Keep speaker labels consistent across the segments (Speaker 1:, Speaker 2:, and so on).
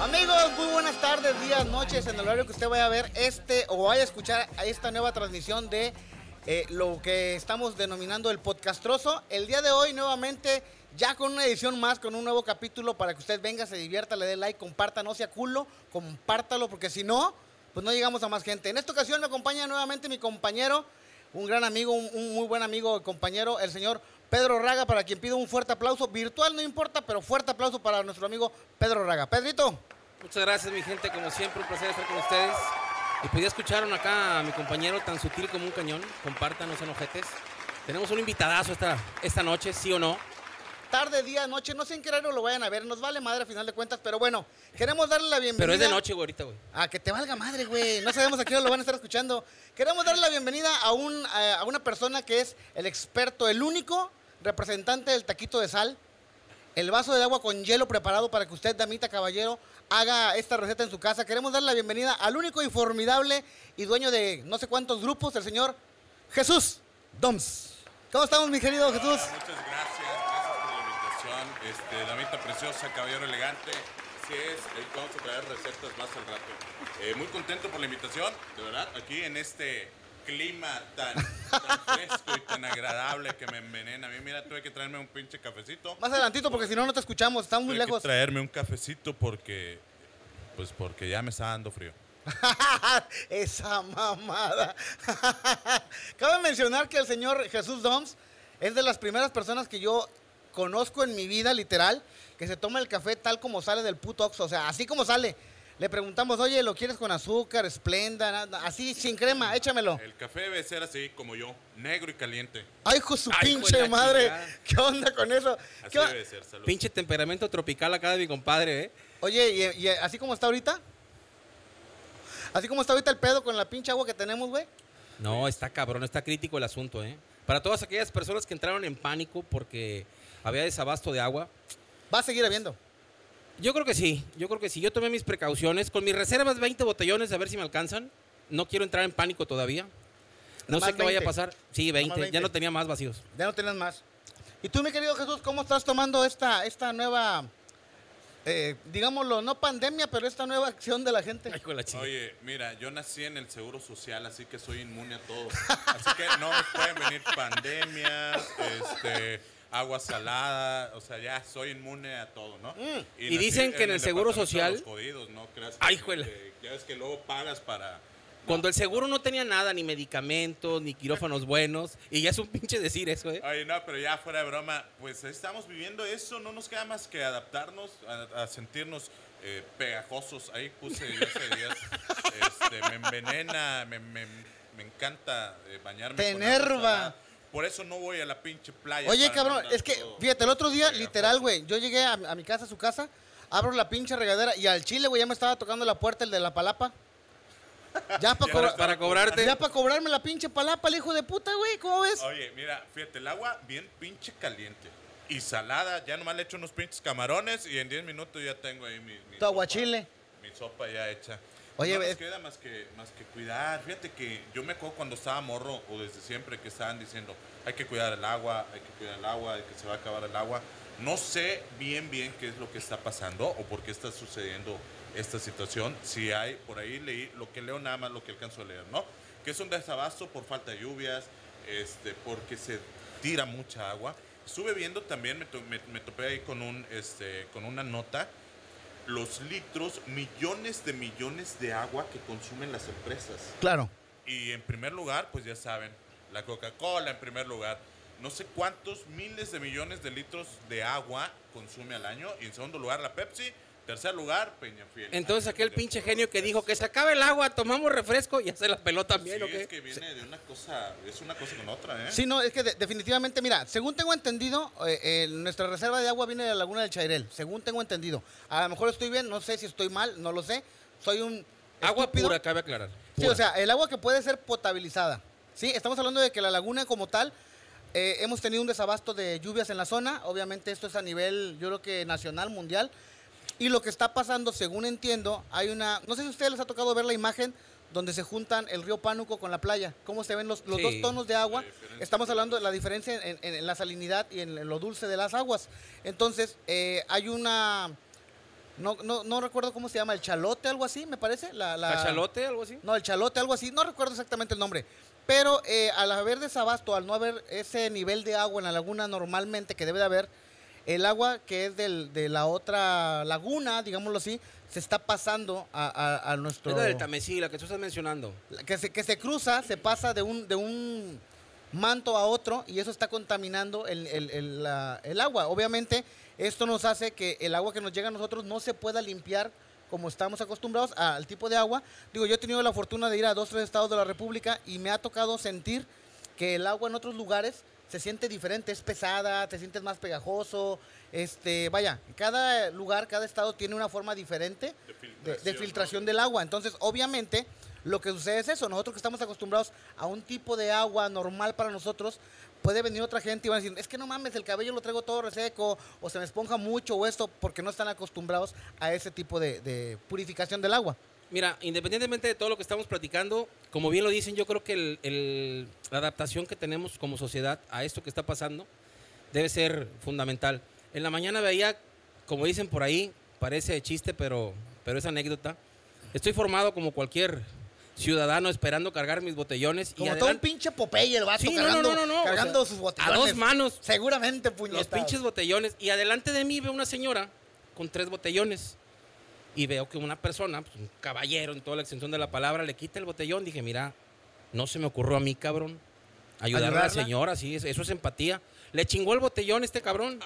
Speaker 1: amigos, muy buenas tardes, días, noches, en el horario que usted vaya a ver este o vaya a escuchar esta nueva transmisión de eh, lo que estamos denominando el podcastroso. El día de hoy nuevamente ya con una edición más, con un nuevo capítulo para que usted venga, se divierta, le dé like, comparta, no sea culo, compártalo porque si no, pues no llegamos a más gente. En esta ocasión me acompaña nuevamente mi compañero, un gran amigo, un, un muy buen amigo, compañero, el señor Pedro Raga, para quien pido un fuerte aplauso, virtual no importa, pero fuerte aplauso para nuestro amigo Pedro Raga. Pedrito.
Speaker 2: Muchas gracias, mi gente. Como siempre, un placer estar con ustedes. Y pues ya escucharon acá a mi compañero tan sutil como un cañón. Compartan, no sean ojetes. Tenemos un invitadazo esta, esta noche, ¿sí o no?
Speaker 1: Tarde, día, noche, no sé en qué horario lo vayan a ver, nos vale madre a final de cuentas, pero bueno, queremos darle la bienvenida.
Speaker 2: Pero es de noche, güey, ahorita, güey.
Speaker 1: Ah, que te valga madre, güey. No sabemos a qué hora lo van a estar escuchando. Queremos darle la bienvenida a, un, eh, a una persona que es el experto, el único representante del taquito de sal, el vaso de agua con hielo preparado para que usted, damita caballero, haga esta receta en su casa. Queremos darle la bienvenida al único y formidable y dueño de no sé cuántos grupos, el señor Jesús Doms. ¿Cómo estamos, mi querido Jesús?
Speaker 3: Muchas gracias, gracias por la invitación. Este, damita preciosa, caballero elegante. Así es, ahí vamos a traer recetas más al rato. Eh, muy contento por la invitación, de verdad, aquí en este clima tan, tan fresco y tan agradable que me envenena. A mí, mira, tuve que traerme un pinche cafecito.
Speaker 1: Más adelantito, porque si no, no te escuchamos, estamos muy
Speaker 3: Tuve que
Speaker 1: lejos.
Speaker 3: traerme un cafecito porque, pues porque ya me está dando frío.
Speaker 1: Esa mamada. Cabe mencionar que el señor Jesús Doms es de las primeras personas que yo conozco en mi vida, literal, que se toma el café tal como sale del puto Oxxo, o sea, así como sale. Le preguntamos, oye, ¿lo quieres con azúcar, esplenda, nada? así, sin crema, échamelo.
Speaker 2: Eh,
Speaker 3: El café debe ser así como yo, negro y caliente.
Speaker 1: Ay, hijo de su
Speaker 2: Ay, hijo
Speaker 1: pinche
Speaker 2: de la
Speaker 1: madre,
Speaker 2: chingada.
Speaker 1: ¿qué onda con eso?
Speaker 3: Así
Speaker 1: ¿Qué o-
Speaker 3: debe ser, salud.
Speaker 2: Pinche temperamento tropical acá de mi compadre, ¿eh?
Speaker 1: Oye, y, y así como está ahorita, así como está ahorita el pedo con la pinche agua que tenemos, güey,
Speaker 2: No, está cabrón, está crítico el asunto, ¿eh? Para todas aquellas personas que entraron en pánico porque había desabasto de agua,
Speaker 1: va a seguir habiendo.
Speaker 2: Yo creo que sí, yo creo que sí. Yo tomé mis precauciones con mis reservas 20 botellones a ver si me alcanzan. No quiero entrar en pánico todavía. No
Speaker 1: Nomás
Speaker 2: sé qué vaya a
Speaker 1: 20.
Speaker 2: pasar. Sí, 20.
Speaker 1: Nomás 20.
Speaker 2: Ya no tenía más vacíos.
Speaker 1: Ya no tienes más. Y tú, mi querido Jesús, ¿cómo estás tomando esta, esta nueva, eh, digámoslo, no pandemia, pero esta nueva acción de la gente?
Speaker 2: Ay, con la chica.
Speaker 3: Oye, mira, yo nací en el Seguro Social, así que soy inmune a todo. Así que no me pueden venir pandemias, este, agua salada, o sea, ya soy inmune a todo, ¿no?
Speaker 2: Mm. Y
Speaker 3: nací
Speaker 2: dicen que en el Seguro
Speaker 3: departamento de
Speaker 2: Social-
Speaker 3: los jodidos, ¿no? Creas que-
Speaker 2: Ay, juela.
Speaker 3: que- Ya ves que luego pagas para...
Speaker 2: Cuando el seguro no tenía nada, ni medicamentos, ni quirófanos buenos. Y ya es un pinche decir eso, ¿eh?
Speaker 3: Oye, no, pero ya fuera de broma, pues estamos viviendo eso, no nos queda más que adaptarnos a, a sentirnos eh, pegajosos. Ahí puse yo hace días, este, me envenena, me, me- me encanta eh, bañarme.
Speaker 1: Te
Speaker 3: con agua
Speaker 1: enerva.
Speaker 3: salada. Por eso no voy a la pinche playa.
Speaker 1: Oye,
Speaker 3: para no
Speaker 1: cabrón,
Speaker 3: andar
Speaker 1: es que,
Speaker 3: todo
Speaker 1: fíjate, el otro día,
Speaker 3: pegajoso.
Speaker 1: literal, güey, yo llegué a, a mi casa, a su casa, abro la pinche regadera y al chile, güey, ya me estaba tocando la puerta el de la palapa. Ya para
Speaker 3: Ya
Speaker 1: cobrar.
Speaker 3: estaba
Speaker 2: Para cobrarte.
Speaker 1: Ya para cobrarme la pinche palapa, el hijo de puta, güey, ¿cómo ves?
Speaker 3: Oye, mira, fíjate, el agua bien pinche caliente y salada. Ya nomás le echo unos pinches camarones y en 10 minutos ya tengo ahí mi. mi
Speaker 1: Tu aguachile.
Speaker 3: sopa- Mi sopa ya hecha.
Speaker 1: Oye,
Speaker 3: no nos
Speaker 1: es-
Speaker 3: queda más que, más que cuidar. Fíjate que yo me acuerdo cuando estaba morro o desde siempre que estaban diciendo hay que cuidar el agua, hay que cuidar el agua, hay que se va a acabar el agua. No sé bien, bien qué es lo que está pasando o por qué está sucediendo esta situación. Si hay, por ahí leí lo que leo nada más, lo que alcanzo a leer, ¿no? Que es un desabasto por falta de lluvias, este, porque se tira mucha agua. Estuve viendo también, me, to- me- me topé ahí con, un, este, con una nota los litros, millones de millones de agua que consumen las empresas.
Speaker 1: Claro.
Speaker 3: Y en primer lugar, pues ya saben, la Coca-Cola en primer lugar. No sé cuántos miles de millones de litros de agua consume al año. Y en segundo lugar, la Pepsi. Tercer lugar, Peñafiel.
Speaker 2: Entonces aquel pinche genio que dijo que se acaba el agua, tomamos refresco y hace la pelota
Speaker 3: Sí,
Speaker 2: también, ¿o
Speaker 3: es
Speaker 2: qué?
Speaker 3: que viene de una cosa, es una cosa con otra, ¿eh?
Speaker 1: Sí, no, es que de- definitivamente, mira, según tengo entendido, eh, eh, nuestra reserva de agua viene de la laguna del Chairel, según tengo entendido. A lo mejor estoy bien, no sé si estoy mal, no lo sé. Soy un...
Speaker 2: Agua
Speaker 1: estúpido.
Speaker 2: pura, cabe aclarar.
Speaker 1: Sí,
Speaker 2: Pura.
Speaker 1: o sea, el agua que puede ser potabilizada. Sí, estamos hablando de que la laguna como tal, eh, hemos tenido un desabasto de lluvias en la zona. Obviamente esto es a nivel, yo creo que nacional, mundial. Y lo que está pasando, según entiendo, hay una... No sé si a ustedes les ha tocado ver la imagen donde se juntan el río Pánuco con la playa. Cómo se ven los, los
Speaker 2: Sí.
Speaker 1: dos tonos de agua.
Speaker 3: La diferencia.
Speaker 1: Estamos hablando de la diferencia en, en- en la salinidad y en, en lo dulce de las aguas. Entonces, eh, hay una No, no, no recuerdo cómo se llama, el chalote, algo así, me parece. La, la-
Speaker 2: ¿Cachalote? ¿eh? Algo así.
Speaker 1: No, el chalote, algo así, no recuerdo exactamente el nombre. Pero eh, al haber desabasto, al no haber ese nivel de agua en la laguna normalmente que debe de haber, el agua que es del- de la otra laguna, digámoslo así, se está pasando a, a- a nuestro...
Speaker 2: Es la del Tamesí, la que tú estás mencionando.
Speaker 1: la- que, se, que se cruza, se pasa de un, de un manto a otro y eso está contaminando el, el- el, la- el agua. Obviamente, esto nos hace que el agua que nos llega a nosotros no se pueda limpiar como estamos acostumbrados al tipo de agua. Digo, yo he tenido la fortuna de ir a dos, tres estados de la República y me ha tocado sentir que el agua en otros lugares se siente diferente, es pesada, te sientes más pegajoso, este, vaya, cada lugar, cada estado tiene una forma diferente de- de
Speaker 3: filtración, ¿no?
Speaker 1: filtración del agua. Entonces, obviamente, lo que sucede es eso. Nosotros que estamos acostumbrados a un tipo de agua normal para nosotros, puede venir otra gente y van a decir, es que no mames, el cabello lo traigo todo reseco, o se me esponja mucho, o esto, porque no están acostumbrados a ese tipo de, de purificación del agua.
Speaker 2: Mira, independientemente de todo lo que estamos platicando, como bien lo dicen, yo creo que el- el- la adaptación que tenemos como sociedad a esto que está pasando debe ser fundamental. En la mañana veía, como dicen por ahí, parece chiste, pero, pero es anécdota. Estoy formado como cualquier ciudadano esperando cargar mis botellones. y
Speaker 1: Como todo un
Speaker 2: adelante-
Speaker 1: pinche Popeye el vato
Speaker 2: Sí, no, no,
Speaker 1: cargando,
Speaker 2: no, no, no,
Speaker 1: cargando
Speaker 2: o sea,
Speaker 1: sus
Speaker 2: a
Speaker 1: botellones.
Speaker 2: dos manos.
Speaker 1: Seguramente, puñetas.
Speaker 2: los pinches botellones. Y adelante de mí veo una señora con tres botellones. Y veo que una persona, pues, un caballero en toda la extensión de la palabra, le quita el botellón. Dije, mira, no se me ocurrió a mí, cabrón. Ayudar a la
Speaker 1: ¿Ayudarla?
Speaker 2: señora, sí, eso eso es empatía. Le chingó el botellón este cabrón.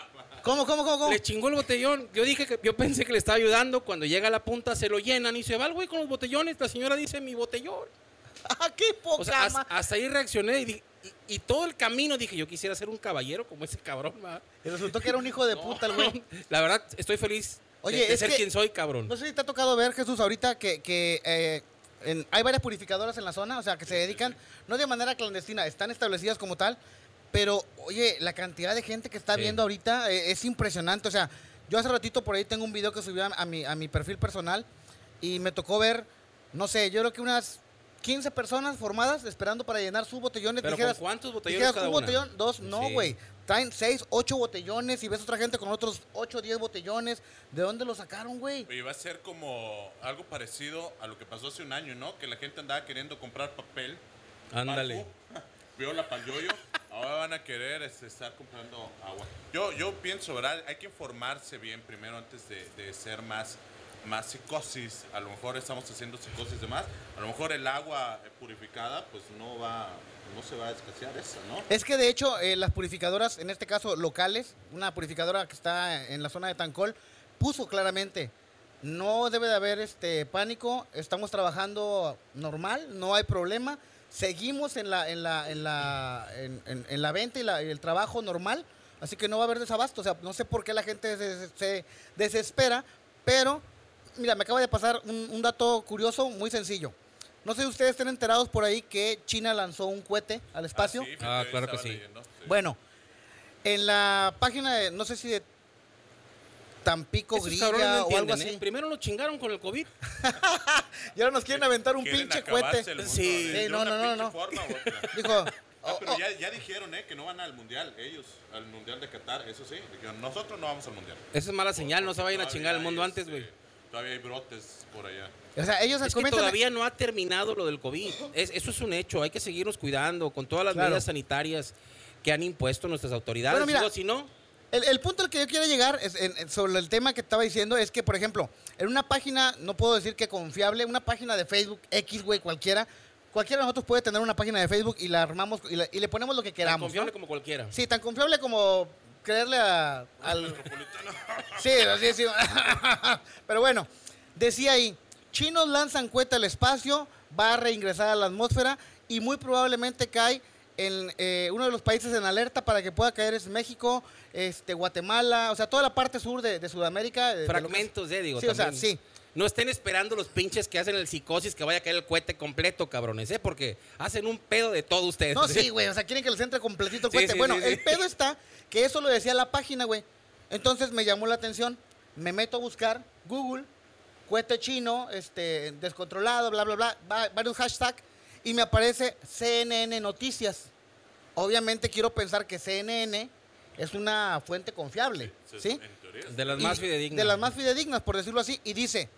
Speaker 1: ¿Cómo, cómo, cómo, cómo?
Speaker 2: Le chingó el botellón. Yo dije que yo pensé que le estaba ayudando. Cuando llega a la punta, se lo llenan y se va el güey con los botellones. La señora dice, mi botellón.
Speaker 1: ¡Ah, qué poca
Speaker 2: O sea, has-
Speaker 1: ma-
Speaker 2: hasta, ahí reaccioné y, dije- y- y todo el camino dije, yo quisiera ser un caballero como ese cabrón, ¿verdad?
Speaker 1: Y resultó que era un hijo de
Speaker 2: No,
Speaker 1: puta el güey.
Speaker 2: La verdad, estoy feliz
Speaker 1: Oye,
Speaker 2: de, de
Speaker 1: es
Speaker 2: ser
Speaker 1: que-
Speaker 2: quien soy, cabrón.
Speaker 1: No sé si te ha tocado ver, Jesús, ahorita que, que, eh, en- hay varias purificadoras en la zona, o sea, que se dedican, no de manera clandestina, están establecidas como tal, pero, oye, la cantidad de gente que está
Speaker 2: Sí.
Speaker 1: viendo ahorita eh, es impresionante, o sea, yo hace ratito por ahí tengo un video que subí a, a mi, a mi perfil personal y me tocó ver, no sé, yo creo que unas 15 personas formadas esperando para llenar sus botellones.
Speaker 2: Pero
Speaker 1: dijeras,
Speaker 2: ¿con cuántos botellones
Speaker 1: Dijeras
Speaker 2: cada
Speaker 1: un
Speaker 2: una?
Speaker 1: botellón, dos, no,
Speaker 2: Sí.
Speaker 1: güey. Traen seis, ocho botellones y ves otra gente con otros ocho, diez botellones. ¿De dónde lo sacaron, güey?
Speaker 3: Oye, va a ser como algo parecido a lo que pasó hace un año, ¿no? Que la gente andaba queriendo comprar papel.
Speaker 2: Ándale.
Speaker 3: Paco, Viola para yoyo. Ahora van a querer este, estar comprando agua. Yo, yo pienso, ¿verdad? Hay que informarse bien primero antes de, de ser más, más psicosis. A lo mejor estamos haciendo psicosis de más. A lo mejor el agua eh, purificada, pues no va, no se va a escasear esa, ¿no?
Speaker 1: Es que de hecho eh, las purificadoras, en este caso locales, una purificadora que está en la zona de Tancol, puso claramente, no debe de haber este pánico, estamos trabajando normal, no hay problema, seguimos en la, en la, en la, en, en- en la venta y, la- y el trabajo normal, así que no va a haber desabasto, o sea, no sé por qué la gente se- se desespera, pero mira, me acaba de pasar un, un dato curioso, muy sencillo. No sé si ustedes estén enterados por ahí que China lanzó un cohete al espacio.
Speaker 3: sí,
Speaker 2: Ah,
Speaker 3: fíjate,
Speaker 2: claro que
Speaker 3: estaba
Speaker 2: sí.
Speaker 3: leyendo, este, sí.
Speaker 1: Bueno, en la página de, no sé si de Tampico
Speaker 2: Esos cabrones no
Speaker 1: Grilla o algo
Speaker 2: entienden,
Speaker 1: así.
Speaker 2: ¿eh? Primero nos chingaron con el COVID.
Speaker 1: Y ahora nos quieren aventar un
Speaker 3: Quieren
Speaker 1: pinche
Speaker 3: acabarse
Speaker 1: cohete.
Speaker 3: el mundo,
Speaker 2: Sí.
Speaker 3: de
Speaker 1: Sí, no,
Speaker 3: una
Speaker 1: no, no,
Speaker 3: pinche
Speaker 1: no.
Speaker 3: forma u otra.
Speaker 1: Dijo,
Speaker 3: Ah,
Speaker 1: "Oh,
Speaker 3: pero
Speaker 1: oh".
Speaker 3: ya, ya dijeron, ¿eh? Que no van al mundial, ellos. Al mundial de Qatar, eso sí. Dijeron, nosotros no vamos al mundial.
Speaker 2: Esa es mala señal, no se vayan a
Speaker 3: Oh, Todavía
Speaker 2: chingar al
Speaker 3: hay,
Speaker 2: mundo antes,
Speaker 3: este,
Speaker 2: güey.
Speaker 3: Todavía hay brotes por allá.
Speaker 1: o sea, ellos
Speaker 2: Es que
Speaker 1: comienzan a-
Speaker 2: todavía no ha terminado lo del COVID. Es- eso es un hecho, hay que seguirnos cuidando con todas las
Speaker 1: Claro.
Speaker 2: medidas sanitarias que han impuesto nuestras autoridades.
Speaker 1: Bueno, mira.
Speaker 2: Digo, si no,
Speaker 1: El, el punto al que yo quiero llegar es en- en- sobre el tema que estaba diciendo es que, por ejemplo, en una página, no puedo decir que confiable, una página de Facebook, X, güey, cualquiera, cualquiera de nosotros puede tener una página de Facebook y la armamos y, la- y le ponemos lo que
Speaker 2: tan
Speaker 1: queramos.
Speaker 2: confiable
Speaker 1: ¿no?
Speaker 2: como cualquiera.
Speaker 1: Sí, tan confiable como creerle a- al... Sí, así sí. Pero bueno, decía ahí, chinos lanzan cohete al espacio, va a reingresar a la atmósfera y muy probablemente cae en eh, uno de los países en alerta para que pueda caer es México, este, Guatemala, o sea, toda la parte sur de, de Sudamérica. de- de lo que es-
Speaker 2: Fragmentos, eh, digo.
Speaker 1: Sí, o sea,
Speaker 2: también.
Speaker 1: sí.
Speaker 2: No estén esperando los pinches que hacen el psicosis que vaya a caer el cohete completo, cabrones, ¿eh? Porque hacen un pedo de todo ustedes.
Speaker 1: No, sí, güey. O sea, quieren que les entre completito el
Speaker 2: Sí,
Speaker 1: cohete.
Speaker 2: sí,
Speaker 1: bueno,
Speaker 2: sí,
Speaker 1: el
Speaker 2: sí.
Speaker 1: pedo está que eso lo decía la página, güey. Entonces me llamó la atención. Me meto a buscar Google, cohete chino, este, descontrolado, bla, bla, bla, va- varios hashtags. Y me aparece CNN Noticias. Obviamente quiero pensar que CNN es una fuente confiable,
Speaker 3: Se-
Speaker 1: ¿sí?
Speaker 3: En teoría.
Speaker 2: De las más
Speaker 1: Y-
Speaker 2: fidedignas.
Speaker 1: De las más fidedignas, por decirlo así. Y dice,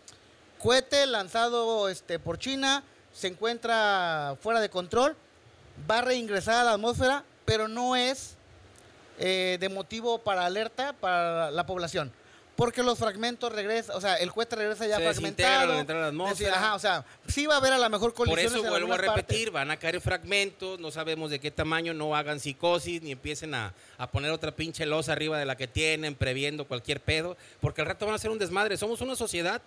Speaker 1: cohete lanzado este, por China, se encuentra fuera de control, va a reingresar a la atmósfera, pero no es eh, de motivo para alerta para la población. Porque los fragmentos regresan, o sea, el cohete regresa ya
Speaker 2: Se
Speaker 1: fragmentado.
Speaker 2: desintegran al entrar a la
Speaker 1: Es decir,
Speaker 2: atmósfera.
Speaker 1: ajá, o sea, sí va a haber a la mejor
Speaker 2: Por
Speaker 1: colisiones
Speaker 2: eso
Speaker 1: en
Speaker 2: vuelvo a
Speaker 1: algunas partes.
Speaker 2: repetir, van a caer fragmentos, no sabemos de qué tamaño, no hagan psicosis ni empiecen a, a poner otra pinche losa arriba de la que tienen, previendo cualquier pedo, porque al rato van a ser un desmadre. Somos una sociedad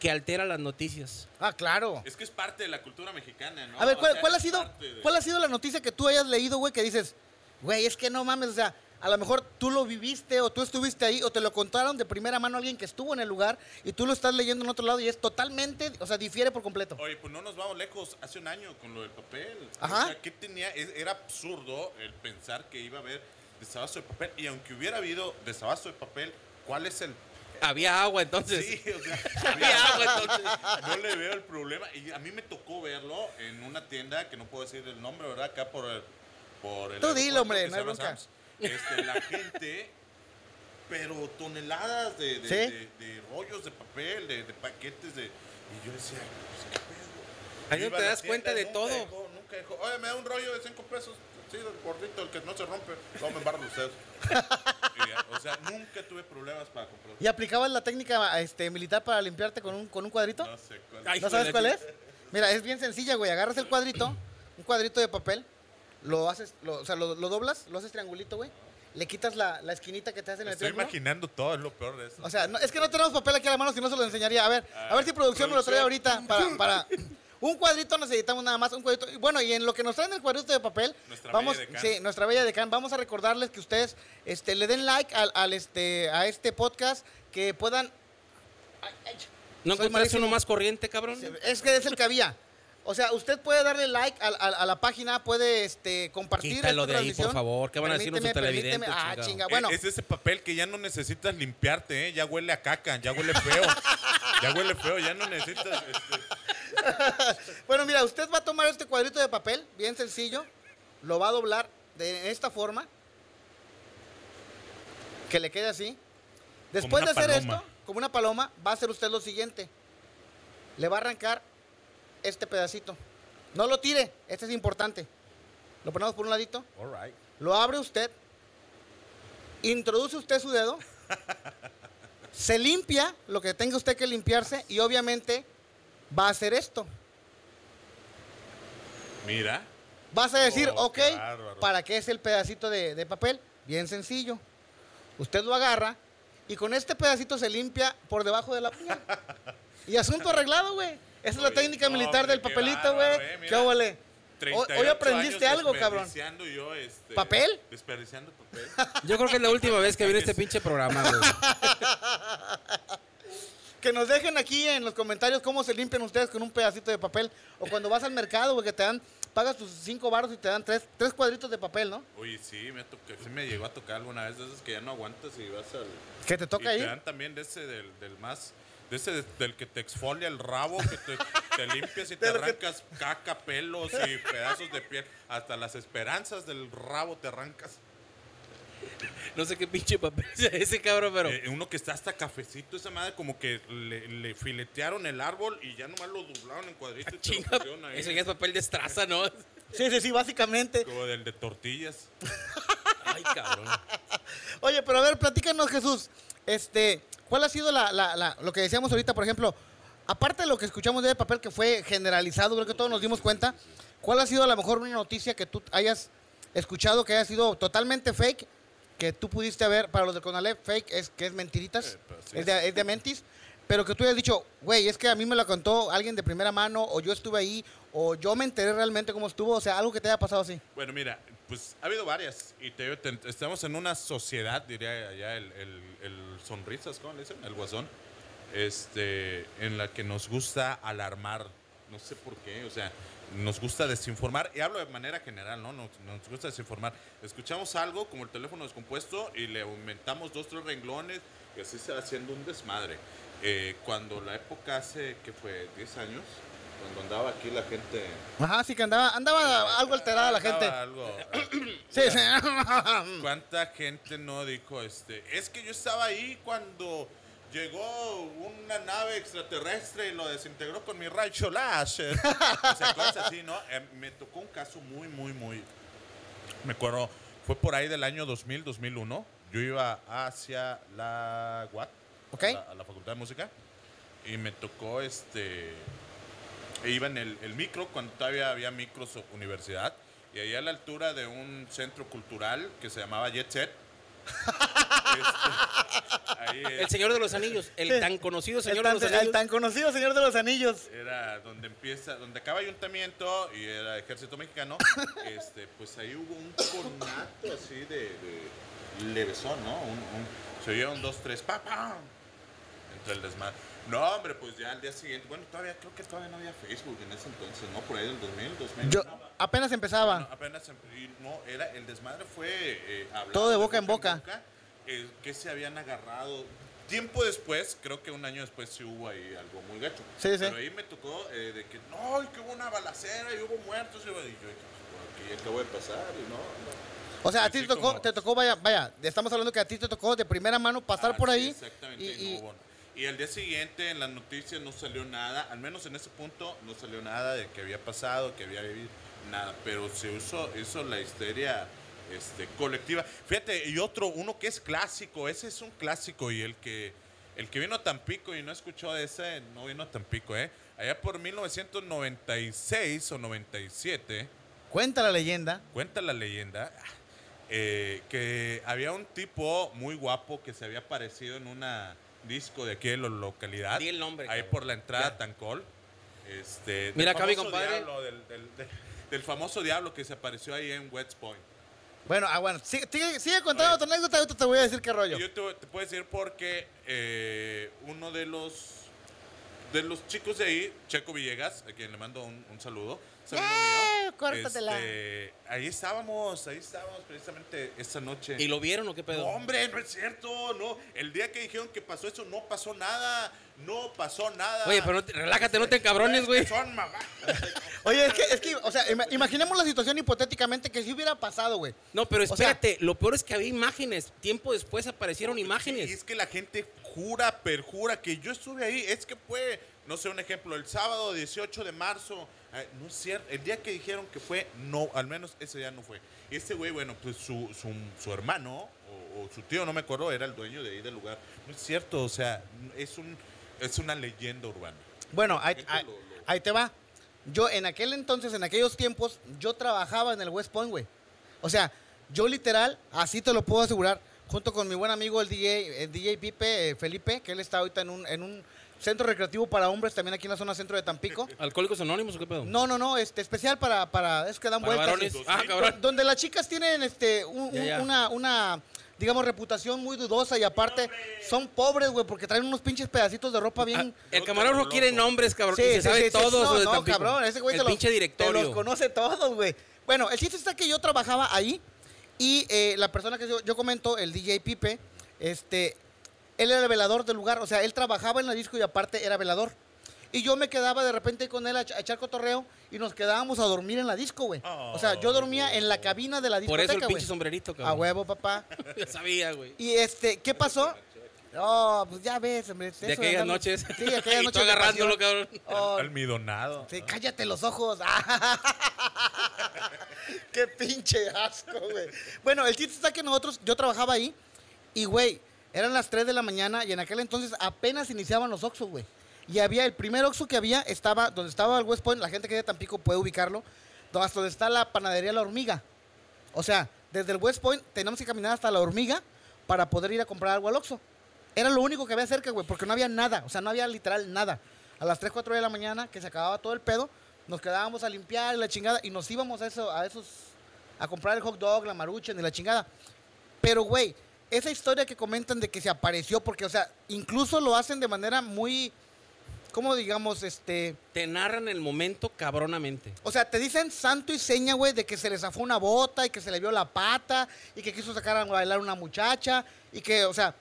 Speaker 2: que altera las noticias.
Speaker 1: Ah, claro.
Speaker 3: Es que es parte de la cultura mexicana, ¿no?
Speaker 1: A ver,
Speaker 3: O
Speaker 1: ¿cuál,
Speaker 3: sea,
Speaker 1: cuál ha
Speaker 3: es
Speaker 1: sido,
Speaker 3: parte de-
Speaker 1: ¿cuál ha sido la noticia que tú hayas leído, güey, que dices, güey, es que no mames, o sea, a lo mejor tú lo viviste o tú estuviste ahí o te lo contaron de primera mano a alguien que estuvo en el lugar y tú lo estás leyendo en otro lado y es totalmente, o sea, difiere por completo.
Speaker 3: Oye, pues no nos vamos lejos. Hace un año con lo del papel.
Speaker 1: Ajá.
Speaker 3: O sea, ¿qué tenía? Es- Era absurdo el pensar que iba a haber desabasto de papel. Y aunque hubiera habido desabasto de papel, ¿cuál es el...?
Speaker 2: Había agua entonces.
Speaker 3: Sí, o sea,
Speaker 2: Había agua entonces.
Speaker 3: no le veo el problema. Y a mí me tocó verlo en una tienda que no puedo decir el nombre, ¿verdad? Acá por el. Por el
Speaker 1: Tú dilo,
Speaker 3: aeropuerto,
Speaker 1: hombre,
Speaker 3: que
Speaker 1: no
Speaker 3: se
Speaker 1: hay
Speaker 3: llama
Speaker 1: bronca.
Speaker 3: Sam's. Este, la gente, pero toneladas de, de,
Speaker 1: ¿Sí?
Speaker 3: de- de rollos de papel, de, de paquetes de. Y yo decía, pues, ¿qué pedo?
Speaker 2: Ahí
Speaker 3: Yo
Speaker 2: no
Speaker 3: iba
Speaker 2: te
Speaker 3: a la
Speaker 2: das cuenta de
Speaker 3: nunca
Speaker 2: todo.
Speaker 3: dejó, nunca dijo, oye, me da un rollo de 5 pesos. Sí, el gordito, el que no se rompe. No, me embarro los dedos. Y ya, o sea, nunca tuve problemas para comprar.
Speaker 1: ¿Y aplicabas la técnica este, militar para limpiarte con un, con un cuadrito?
Speaker 3: No sé cuál.
Speaker 2: Ay,
Speaker 1: ¿No sabes
Speaker 2: Híjole,
Speaker 1: cuál
Speaker 2: sí.
Speaker 1: es? Mira, es bien sencilla, güey. Agarras el cuadrito, un cuadrito de papel, lo haces, lo- o sea, lo, lo doblas, lo haces triangulito, güey. Le quitas la, la esquinita que te hacen en el
Speaker 3: Estoy
Speaker 1: triángulo.
Speaker 3: imaginando todo, es lo peor de eso.
Speaker 1: O sea, no- es que no tenemos papel aquí a la mano, si no se lo enseñaría. A ver, a ver si producción me lo trae ahorita para, para- un cuadrito necesitamos nada más, un cuadrito. Y bueno, y en lo que nos traen el cuadrito de papel,
Speaker 3: Nuestra
Speaker 1: vamos,
Speaker 3: bella decana.
Speaker 1: sí, nuestra bella decana, vamos a recordarles que ustedes este, le den like al, al, este, a este podcast, que puedan. Ay, ay,
Speaker 2: ¿No
Speaker 1: soy
Speaker 2: encontraste
Speaker 1: malísimo.
Speaker 2: uno más corriente, cabrón?
Speaker 1: es que es el que había. O sea, usted puede darle like al- al- a, la página, puede este, compartir.
Speaker 2: Quítalo
Speaker 1: esta
Speaker 2: de ahí, por
Speaker 1: transmisión.
Speaker 2: favor, ¿qué van a decir
Speaker 1: Permíteme,
Speaker 2: nuestros
Speaker 1: permíteme.
Speaker 2: televidentes,
Speaker 1: Ah,
Speaker 2: chingado?
Speaker 1: chinga. Bueno,
Speaker 3: E-, Es- Es ese papel que ya no necesitas limpiarte, ¿eh? Ya huele a caca, ya huele feo. ya huele feo, ya no necesitas. este,
Speaker 1: Bueno, mira, usted va a tomar este cuadrito de papel, bien sencillo, lo va a doblar de esta forma, que le quede así. Después
Speaker 3: Como
Speaker 1: de
Speaker 3: una
Speaker 1: hacer
Speaker 3: paloma.
Speaker 1: esto, como una paloma, va a hacer usted lo siguiente. Le va a arrancar este pedacito. No lo tire, este es importante. Lo ponemos por un ladito,
Speaker 3: all right.
Speaker 1: lo abre usted, introduce usted su dedo, se limpia lo que tenga usted que limpiarse y obviamente va a hacer esto.
Speaker 3: Mira.
Speaker 1: Vas a decir,
Speaker 3: Oh,
Speaker 1: ok,
Speaker 3: qué bárbaro.
Speaker 1: ¿para qué es el pedacito de, de papel? Bien sencillo. Usted lo agarra y con este pedacito se limpia por debajo de la uña. y asunto arreglado, güey. Esa es la
Speaker 3: Oye,
Speaker 1: técnica
Speaker 3: no,
Speaker 1: militar
Speaker 3: hombre,
Speaker 1: del
Speaker 3: qué
Speaker 1: papelito,
Speaker 3: bárbaro, eh,
Speaker 1: güey. ¿Qué
Speaker 3: mira.
Speaker 1: óvole? Hoy-
Speaker 3: 38
Speaker 1: Hoy aprendiste
Speaker 3: años
Speaker 1: algo, cabrón.
Speaker 3: desperdiciando yo, este,
Speaker 1: ¿Papel?
Speaker 3: Desperdiciando papel.
Speaker 2: Yo creo que es la última vez que viene este pinche programa, güey.
Speaker 1: Que nos dejen aquí en los comentarios cómo se limpian ustedes con un pedacito de papel. O cuando vas al mercado, güey, que te dan, pagas tus cinco baros y te dan tres, tres cuadritos de papel, ¿no?
Speaker 3: Oye, sí me, ha tocado- sí me llegó a tocar alguna vez de esas que ya no aguantas y vas al.
Speaker 1: Que te toca
Speaker 3: y
Speaker 1: ahí.
Speaker 3: te dan también de ese del, del más. De ese de- del que te exfolia el rabo, que te, te limpias y te
Speaker 1: De lo que-
Speaker 3: arrancas caca, pelos y pedazos de piel. Hasta las esperanzas del rabo te arrancas.
Speaker 2: No sé qué pinche papel sea ese cabrón, pero.
Speaker 3: Eh, uno que está hasta cafecito, esa madre, como que le, le filetearon el árbol y ya nomás lo doblaron en cuadritos y te lo
Speaker 2: Ah, Chinga,
Speaker 3: pusieron ahí.
Speaker 2: eso ya es papel de estraza, ¿no?
Speaker 1: Sí, sí, sí, básicamente.
Speaker 3: Como del de tortillas.
Speaker 2: Ay, cabrón.
Speaker 1: Oye, pero a ver, platícanos, Jesús. Este, ¿cuál ha sido la, la- la- lo que decíamos ahorita, por ejemplo? Aparte de lo que escuchamos de papel que fue generalizado, creo que todos nos dimos cuenta. ¿Cuál ha sido a lo mejor una noticia que tú hayas escuchado que haya sido totalmente fake? Que tú pudiste ver, para los de Conalep, fake es que es mentiritas,
Speaker 3: Eh, pues, así
Speaker 1: es de, es de mentis, pero que tú hayas dicho, güey, es que a mí me lo contó alguien de primera mano, o yo estuve ahí, o yo me enteré realmente cómo estuvo, o sea, algo que te haya pasado así.
Speaker 3: Bueno, mira, pues ha habido varias. Y te digo, te- estamos en una sociedad, diría allá el, el, el sonrisas, ¿cómo le dicen? El guasón. Este, en la que nos gusta alarmar. No sé por qué, o sea, nos gusta desinformar. Y hablo de manera general, ¿no? Nos, nos gusta desinformar. Escuchamos algo como el teléfono descompuesto y le aumentamos dos, tres renglones y así se va haciendo un desmadre. Eh, cuando la época hace, que fue? 10 años, cuando andaba aquí la gente
Speaker 1: Ajá, sí que andaba, andaba algo alterada Ah, la gente.
Speaker 3: Andaba algo,
Speaker 1: Sí, sí.
Speaker 3: ¿Cuánta gente no dijo este? Es que yo estaba ahí cuando llegó una nave extraterrestre y lo desintegró con mi rayo láser. o sea, cosas así, ¿no? Eh, me tocó un caso muy, muy, muy. Me acuerdo, fue por ahí del año 2000, 2001. Yo iba hacia la UAT,
Speaker 1: Ok.
Speaker 3: a, la, a la Facultad de Música, y me tocó este. e iba en el, el micro, cuando todavía había micros o- universidad, y ahí a la altura de un centro cultural que se llamaba Jet Set. Este, ahí
Speaker 2: El Señor de los Anillos, el tan conocido
Speaker 1: El
Speaker 2: Señor de
Speaker 1: tan,
Speaker 2: los
Speaker 1: el
Speaker 2: Anillos.
Speaker 1: tan conocido Señor de los Anillos.
Speaker 3: era donde empieza, donde acaba ayuntamiento y era ejército mexicano, este, pues ahí hubo un conato así de, de levesón, ¿no? Un, un- se oyeron dos, tres, pa, pa, entre el desmadre. No, hombre, pues ya al día siguiente, bueno, todavía, creo que todavía no había Facebook en ese entonces, ¿no? Por ahí del 2000, 2000.
Speaker 1: Yo apenas
Speaker 3: No,
Speaker 1: empezaba.
Speaker 3: apenas em- y no, era, el desmadre fue eh, hablado
Speaker 1: Todo de boca en boca.
Speaker 3: eh, que se habían agarrado. Tiempo después, creo que un año después sí hubo ahí algo muy gacho.
Speaker 1: Sí, sí.
Speaker 3: Pero ahí me tocó eh, de que no, y que hubo una balacera y hubo muertos. Y yo, y yo dije, "Pues, aquí acabo de pasar y no. no".
Speaker 1: O sea, a ti
Speaker 3: Sí,
Speaker 1: te tocó,
Speaker 3: como-
Speaker 1: te tocó, vaya, vaya, estamos hablando que a ti te tocó de primera mano pasar
Speaker 3: Ah,
Speaker 1: por
Speaker 3: sí,
Speaker 1: ahí.
Speaker 3: Exactamente,
Speaker 1: y-
Speaker 3: y,
Speaker 1: y-
Speaker 3: no hubo nada. Y al día siguiente en las noticias no salió nada, al menos en ese punto no salió nada de que había pasado, que había vivido, nada, pero se usó, hizo la histeria este, colectiva. Fíjate, y otro, uno que es clásico, ese es un clásico y el que, el que vino a Tampico y no escuchó de ese, no vino a Tampico, ¿eh? Allá por 1996 o 97,
Speaker 1: Cuenta la leyenda.
Speaker 3: Cuenta la leyenda eh, que había un tipo muy guapo que se había aparecido en una disco de aquí de la localidad.
Speaker 2: Di el nombre,
Speaker 3: Ahí
Speaker 2: cabrón.
Speaker 3: por la entrada
Speaker 2: Ya.
Speaker 3: Tancol. Este, del
Speaker 2: Mira acá, mi
Speaker 3: famoso
Speaker 2: compadre.
Speaker 3: diablo, del, del- del- del famoso diablo que se apareció ahí en West Point.
Speaker 1: Bueno, ah, bueno, sigue, sigue- sigue contando tu anécdota, ahorita te voy a decir qué rollo.
Speaker 3: Yo te, te puedo decir porque eh, uno de los de los chicos de ahí, Checo Villegas, a quien le mando un, un saludo. es amigo
Speaker 1: ¡Eh!
Speaker 3: mío.
Speaker 1: Córtatela.
Speaker 3: Este, ahí estábamos, ahí estábamos precisamente esa noche.
Speaker 2: ¿Y lo vieron o qué pedo?
Speaker 3: No, hombre, no es cierto, no. El día que dijeron que pasó eso, no pasó nada, no pasó nada.
Speaker 2: Oye, pero no te- relájate, no te encabrones, güey.
Speaker 3: Son mamá.
Speaker 1: Oye, es que, es que, o sea, ima- imaginemos la situación hipotéticamente que si hubiera pasado, güey.
Speaker 2: No, pero
Speaker 1: O sea-
Speaker 2: espérate, lo peor es que había imágenes. Tiempo después aparecieron
Speaker 3: Y
Speaker 2: imágenes.
Speaker 3: es que la gente jura, perjura que yo estuve ahí. Es que fue, no sé, un ejemplo, el sábado 18 de marzo. eh, no es cierto. El día que dijeron que fue, no, al menos ese día no fue. Y este güey, bueno, pues su, su, su hermano o, o su tío, no me acuerdo, era el dueño de ahí del lugar. No es cierto, o sea, es, un, es una leyenda urbana.
Speaker 1: Bueno, ahí,
Speaker 3: Esto
Speaker 1: ahí-
Speaker 3: lo- lo-
Speaker 1: ahí te va. Yo en aquel entonces, en aquellos tiempos, yo trabajaba en el West Point, güey. O sea, yo literal, así te lo puedo asegurar, junto con mi buen amigo el DJ, el DJ Pipe eh, Felipe, que él está ahorita en un, en un centro recreativo para hombres, también aquí en la zona centro de Tampico.
Speaker 2: ¿Alcohólicos Anónimos o qué pedo?
Speaker 1: No, no, no, este, especial para, para, es que dan
Speaker 2: Para
Speaker 1: vueltas.
Speaker 2: varones.
Speaker 1: y-
Speaker 2: Ah, cabrón.
Speaker 1: Donde las chicas tienen este, un-
Speaker 2: Ya,
Speaker 1: un-
Speaker 2: ya.
Speaker 1: Una, una, digamos, reputación muy dudosa y aparte son pobres, güey, porque traen unos pinches pedacitos de ropa bien...
Speaker 2: Ah, el camarógrafo quiere nombres, cabrón. y se sabe
Speaker 1: sí, sí.
Speaker 2: todos
Speaker 1: No,
Speaker 2: los de
Speaker 1: no,
Speaker 2: Tampico.
Speaker 1: cabrón, ese güey
Speaker 2: El
Speaker 1: te los,
Speaker 2: pinche directorio.
Speaker 1: te los conoce todos, güey. Bueno, el chiste está que yo trabajaba ahí y eh, la persona que yo, yo comento, el DJ Pipe, este, él era el velador del lugar, o sea, él trabajaba en la disco y aparte era velador. Y yo me quedaba de repente con él a, ch- a echar cotorreo y nos quedábamos a dormir en la disco, güey. o sea, yo dormía en la cabina de la
Speaker 2: Oh. Por
Speaker 1: discoteca,
Speaker 2: eso el pinche
Speaker 1: güey.
Speaker 2: sombrerito,
Speaker 1: A
Speaker 2: cabrón.
Speaker 1: huevo, papá.
Speaker 2: Ya sabía, güey.
Speaker 1: Y este, ¿qué pasó? Oh, pues ya ves, hombre. eso
Speaker 2: De aquellas
Speaker 1: andar-
Speaker 2: noches.
Speaker 1: Sí, de aquellas
Speaker 2: Y tú
Speaker 1: noches. de
Speaker 2: agarrándolo,
Speaker 1: pasión.
Speaker 2: cabrón.
Speaker 1: Oh,
Speaker 3: Almidonado.
Speaker 1: Sí, cállate los ojos. Qué pinche asco, güey. Bueno, el chiste está que nosotros, yo trabajaba ahí y, güey, eran las 3 de la mañana y en aquel entonces apenas iniciaban los Oxxo, güey. Y había, el primer Oxxo que había estaba, donde estaba el West Point, la gente que es de Tampico puede ubicarlo, do- hasta donde está la panadería La Hormiga. O sea, desde el West Point teníamos que caminar hasta La Hormiga para poder ir a comprar algo al Oxxo. Era lo único que había cerca, güey, porque no había nada. O sea, no había literal nada. A las 3, 4 de la mañana, que se acababa todo el pedo, nos quedábamos a limpiar la chingada y nos íbamos a, eso, a esos... a comprar el hot dog, la marucha, ni la chingada. Pero, güey, esa historia que comentan de que se apareció, porque, o sea, incluso lo hacen de manera muy... ¿Cómo digamos? Este...
Speaker 2: Te narran el momento cabronamente.
Speaker 1: O sea, te dicen santo y seña, güey, de que se le zafó una bota y que se le vio la pata y que quiso sacar a bailar una muchacha y que, o sea,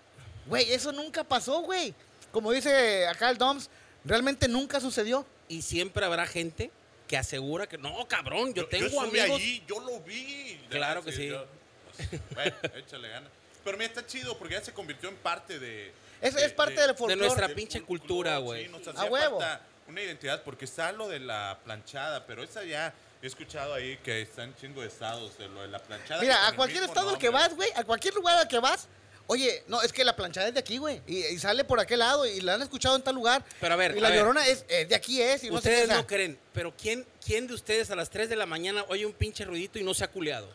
Speaker 1: güey, eso nunca pasó, güey. Como dice acá el Doms, realmente nunca sucedió.
Speaker 2: Y siempre habrá gente que asegura que no, cabrón, yo, tengo
Speaker 3: yo estuve
Speaker 2: amigos.
Speaker 3: allí, yo lo vi. De
Speaker 2: Claro
Speaker 3: verdad,
Speaker 2: que sí.
Speaker 3: pues, bueno, échale gana. Pero mira, está chido porque ya se convirtió en parte de.
Speaker 1: Es, es parte del folclore.
Speaker 2: nuestra-
Speaker 3: del
Speaker 2: pinche
Speaker 3: folclore,
Speaker 2: cultura, güey.
Speaker 3: Sí, nos
Speaker 1: A
Speaker 3: hacía
Speaker 1: huevo.
Speaker 3: falta una identidad porque está lo de la planchada, pero esa ya he escuchado ahí que están chingo de estados de lo de la planchada.
Speaker 1: Mira,
Speaker 3: con
Speaker 1: a
Speaker 3: el
Speaker 1: cualquier
Speaker 3: mismo
Speaker 1: estado al que
Speaker 3: nombre.
Speaker 1: vas, güey, a cualquier lugar al que vas, oye, no, es que la planchada es de aquí, güey, y, y sale por aquel lado y la han escuchado en tal lugar.
Speaker 2: Pero a ver,
Speaker 1: y la
Speaker 2: a ver.
Speaker 1: llorona es, es de aquí es, y no sé qué, o
Speaker 2: ustedes
Speaker 1: sea,
Speaker 2: no creen, pero ¿quién, ¿quién de ustedes a las 3 de la mañana oye un pinche ruidito y no se ha culeado?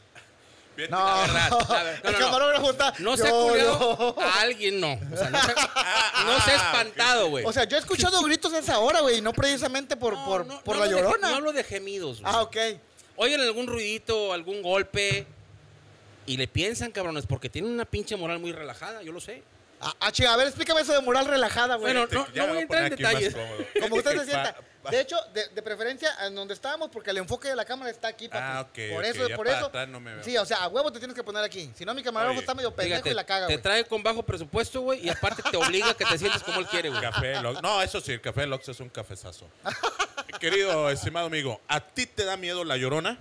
Speaker 3: Fíjate
Speaker 1: No,
Speaker 3: que-
Speaker 2: La verdad, la verdad. No,
Speaker 1: el
Speaker 2: no, no.
Speaker 1: camarógrafo está,
Speaker 2: No se ha
Speaker 1: "Yo,
Speaker 2: culeado
Speaker 1: yo".
Speaker 2: a alguien, no. O sea, no se, ah, no se ha espantado, güey.
Speaker 1: O sea, yo he escuchado gritos a esa hora, güey, y no precisamente por,
Speaker 2: No,
Speaker 1: por,
Speaker 2: no,
Speaker 1: por
Speaker 2: no
Speaker 1: la
Speaker 2: hablo de-
Speaker 1: llorona.
Speaker 2: no hablo de gemidos, güey.
Speaker 1: ah, ok.
Speaker 2: oyen algún ruidito, algún golpe y le piensan, cabrones, porque tienen una pinche moral muy relajada, yo lo sé.
Speaker 1: Ah, ah, chinga, a ver, explícame eso de moral relajada, güey.
Speaker 2: Bueno,
Speaker 3: Fíjate
Speaker 2: no-
Speaker 3: que
Speaker 2: no
Speaker 3: ya
Speaker 2: voy a
Speaker 3: me
Speaker 2: entrar en
Speaker 3: poner aquí más
Speaker 2: detalles.
Speaker 3: cómodo.
Speaker 1: Como
Speaker 3: Fíjate
Speaker 1: usted se
Speaker 3: que pa-
Speaker 1: sienta.
Speaker 3: pa-
Speaker 1: De hecho, de, de preferencia, en donde estábamos, porque el enfoque de la cámara está aquí, papi.
Speaker 3: Ah, ok,
Speaker 1: Por
Speaker 3: ok,
Speaker 1: eso,
Speaker 3: ya
Speaker 1: por
Speaker 3: para
Speaker 1: eso.
Speaker 3: atrás no me veo.
Speaker 1: Sí, o sea, a huevo te tienes que poner aquí. Si no, mi camarógrafo
Speaker 3: Oye,
Speaker 1: está medio pendejo
Speaker 2: Fíjate,
Speaker 1: y la caga,
Speaker 2: te
Speaker 1: güey.
Speaker 2: trae con bajo presupuesto, güey, y aparte te obliga a que te sientes como él quiere, güey.
Speaker 3: Café Lox. No, eso sí, el café Lox es un cafezazo. Querido, estimado amigo, ¿a ti te da miedo la llorona?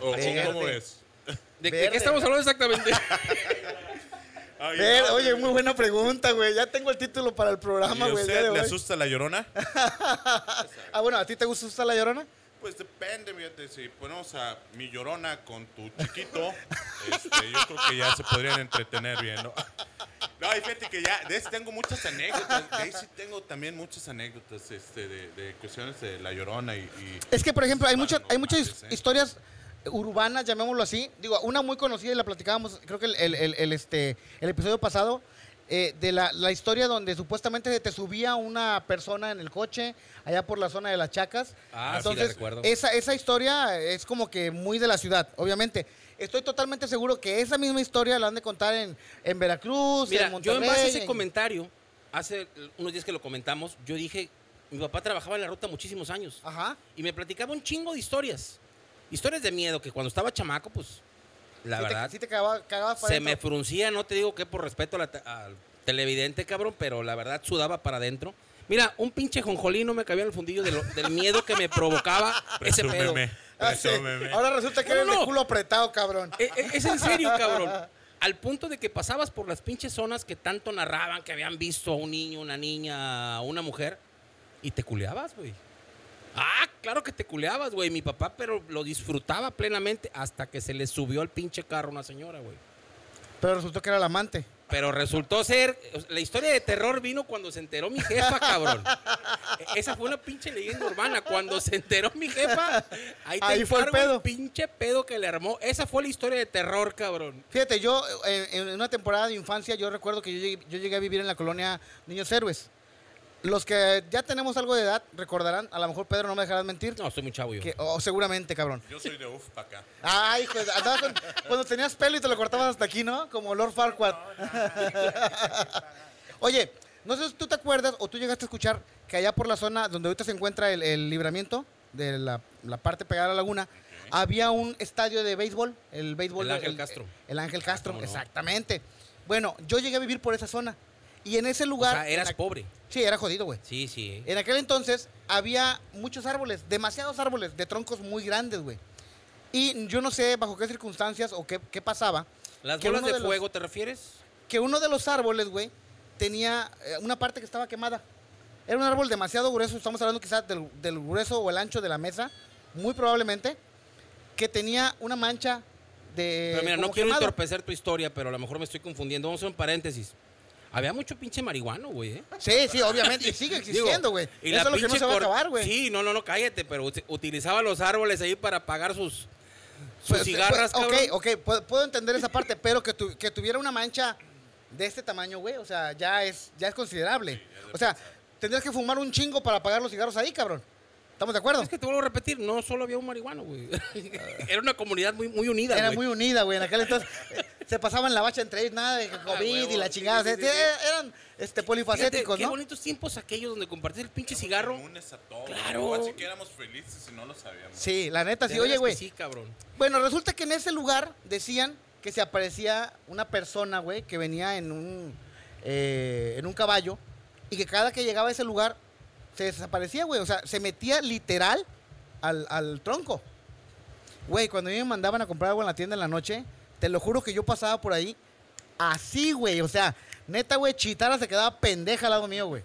Speaker 3: ¿O
Speaker 1: Verde.
Speaker 3: cómo es?
Speaker 2: ¿De, de
Speaker 1: Verde.
Speaker 2: qué estamos hablando exactamente?
Speaker 3: Ay,
Speaker 1: Ver,
Speaker 3: no,
Speaker 1: oye,
Speaker 3: güey.
Speaker 1: muy buena pregunta, güey. Ya tengo el título para el
Speaker 3: ¿Y
Speaker 1: programa,
Speaker 3: a
Speaker 1: güey. el día
Speaker 3: usted
Speaker 1: de
Speaker 3: le
Speaker 1: hoy.
Speaker 3: asusta la llorona?
Speaker 1: Ah, bueno, ¿a ti te gusta usar la llorona?
Speaker 3: Pues depende, fíjate, si ponemos a mi llorona con tu chiquito, este, yo creo que ya se podrían entretener bien, ¿no? No, y fíjate que ya, de ese tengo muchas anécdotas, de ahí sí tengo también muchas anécdotas este, de, de cuestiones de la llorona y... y-
Speaker 1: Es que, por ejemplo, hay,
Speaker 3: Bueno,
Speaker 1: muchas,
Speaker 3: no
Speaker 1: hay muchas
Speaker 3: mames,
Speaker 1: his-
Speaker 3: ¿eh?
Speaker 1: historias urbanas, llamémoslo así. Digo, una muy conocida y la platicábamos, creo que el, el- el- el, este, el episodio pasado, eh, de la, la historia donde supuestamente te subía una persona en el coche allá por la zona de las Chacas.
Speaker 2: Ah, sí, la recuerdo.
Speaker 1: Esa, esa historia es como que muy de la ciudad, obviamente. Estoy totalmente seguro que esa misma historia la han de contar en, en Veracruz, en
Speaker 2: Mira, yo
Speaker 1: Monterrey.
Speaker 2: en base a ese
Speaker 1: en-
Speaker 2: comentario, hace unos días que lo comentamos, yo dije, mi papá trabajaba en la ruta muchísimos años.
Speaker 1: Ajá.
Speaker 2: Y me platicaba un chingo de historias. Historias de miedo, que cuando estaba chamaco, pues, la
Speaker 1: Sí te-
Speaker 2: verdad,
Speaker 1: sí te cagaba- cagabas para
Speaker 2: se
Speaker 1: adentro.
Speaker 2: me fruncía, no te digo que por respeto a la te- al televidente, cabrón, pero la verdad sudaba para adentro. Mira, un pinche jonjolí no me cabía en el fundillo de lo- del miedo que me provocaba ese pedo.
Speaker 3: Presúmeme,
Speaker 1: Ah, sí.
Speaker 3: presúmeme.
Speaker 1: Ahora resulta que
Speaker 2: No,
Speaker 1: eres de
Speaker 2: no.
Speaker 1: culo apretado, cabrón.
Speaker 2: Eh, eh, es en serio, cabrón. Al punto de que pasabas por las pinches zonas que tanto narraban, que habían visto a un niño, una niña, una mujer, y te culeabas, güey. Ah, claro que te culeabas, güey. Mi papá, pero lo disfrutaba plenamente hasta que se le subió al pinche carro a una señora, güey.
Speaker 1: Pero resultó que era el amante.
Speaker 2: Pero resultó ser. La historia de terror vino cuando se enteró mi jefa, cabrón. E, Esa fue una pinche leyenda urbana. Cuando se enteró mi jefa, ahí, te
Speaker 1: Ahí fue el
Speaker 2: encargo
Speaker 1: pedo.
Speaker 2: pinche pedo que le armó. Esa fue la historia de terror, cabrón.
Speaker 1: Fíjate, yo eh, en, en una temporada de infancia, yo recuerdo que yo llegué, yo llegué a vivir en la colonia Niños Héroes. Los que ya tenemos algo de edad recordarán, a lo mejor Pedro no me dejarás mentir,
Speaker 2: No, estoy muy chavo yo.
Speaker 1: que, oh, seguramente, cabrón.
Speaker 3: Yo soy de uf para acá.
Speaker 1: Ay, hijo, de- andabas con- cuando tenías pelo y te lo cortabas hasta aquí, ¿no? Como Lord Farquaad. Oye, no sé si tú te acuerdas o tú llegaste a escuchar que allá por la zona donde ahorita se encuentra el, el libramiento, de la, la parte pegada a la laguna, había un estadio de béisbol, el béisbol...
Speaker 2: El
Speaker 1: de-
Speaker 2: Ángel Castro. Ah,
Speaker 1: El Ángel Castro,
Speaker 2: cómo no.
Speaker 1: exactamente. Bueno, yo llegué a vivir por esa zona y en ese
Speaker 2: O
Speaker 1: lugar...
Speaker 2: sea, eras
Speaker 1: en Eh, aqu-
Speaker 2: pobre.
Speaker 1: Sí, era jodido, güey.
Speaker 2: Sí, sí.
Speaker 1: En aquel entonces había muchos árboles, demasiados árboles, de troncos muy grandes, güey. Y yo no sé bajo qué circunstancias o qué, qué pasaba,
Speaker 2: ¿Las
Speaker 1: que
Speaker 2: bolas
Speaker 1: uno
Speaker 2: de,
Speaker 1: de los-
Speaker 2: fuego te refieres?
Speaker 1: que uno de los árboles, güey, tenía eh, una parte que estaba quemada. Era un árbol demasiado grueso, estamos hablando quizás del, del grueso o el ancho de la mesa, muy probablemente, que tenía una mancha de...
Speaker 2: pero mira, no
Speaker 1: eh, como
Speaker 2: quiero
Speaker 1: quemado.
Speaker 2: entorpecer tu historia, pero a lo mejor me estoy confundiendo. Vamos a hacer un paréntesis. Había mucho pinche marihuano, güey, ¿eh?
Speaker 1: Sí, sí, obviamente, y sigue
Speaker 2: Digo,
Speaker 1: existiendo, güey.
Speaker 2: y
Speaker 1: Eso
Speaker 2: la
Speaker 1: es lo que no
Speaker 2: pinche
Speaker 1: se va a
Speaker 2: cor-
Speaker 1: acabar, güey.
Speaker 2: Sí, no, no, no, cállate, pero ut- utilizaba los árboles ahí para pagar sus, sus
Speaker 1: Pues,
Speaker 2: cigarras,
Speaker 1: pues,
Speaker 2: cabrón.
Speaker 1: Ok, ok, puedo, puedo entender esa parte, pero que, tu- que tuviera una mancha de este tamaño, güey, o sea, ya es, ya es considerable. o sea, tendrías que fumar un chingo para pagar los cigarros ahí, cabrón. ¿Estamos de acuerdo?
Speaker 2: Es que te vuelvo a repetir, no solo había un marihuano, güey. Era una comunidad muy, muy unida,
Speaker 1: Era
Speaker 2: güey.
Speaker 1: muy unida, güey, en aquel entonces. eh, se pasaban la bacha entre ellos, nada de que COVID y
Speaker 2: Ah, huevo,
Speaker 1: la
Speaker 2: sí,
Speaker 1: chingada.
Speaker 2: sí,
Speaker 1: o sea,
Speaker 2: sí,
Speaker 1: sí,
Speaker 2: sí.
Speaker 1: eran este,
Speaker 2: Fíjate,
Speaker 1: polifacéticos,
Speaker 2: qué
Speaker 1: ¿no?
Speaker 2: bonitos tiempos aquellos donde compartías el pinche cigarro.
Speaker 3: Lunes a todos.
Speaker 2: Claro.
Speaker 3: Igual si que éramos felices y no lo sabíamos.
Speaker 1: Sí, la neta, sí.
Speaker 2: De
Speaker 1: Oye,
Speaker 2: veras que
Speaker 1: güey,
Speaker 2: Sí, cabrón.
Speaker 1: Bueno, resulta que en ese lugar decían que se aparecía una persona, güey, que venía en un, eh, en un caballo y que cada que llegaba a ese lugar se desaparecía, güey. O sea, se metía literal al, al tronco. Güey, cuando a mí me mandaban a comprar agua en la tienda en la noche, te lo juro que yo pasaba por ahí así, güey. O sea, neta, güey, Chitara se quedaba pendeja al lado mío, güey.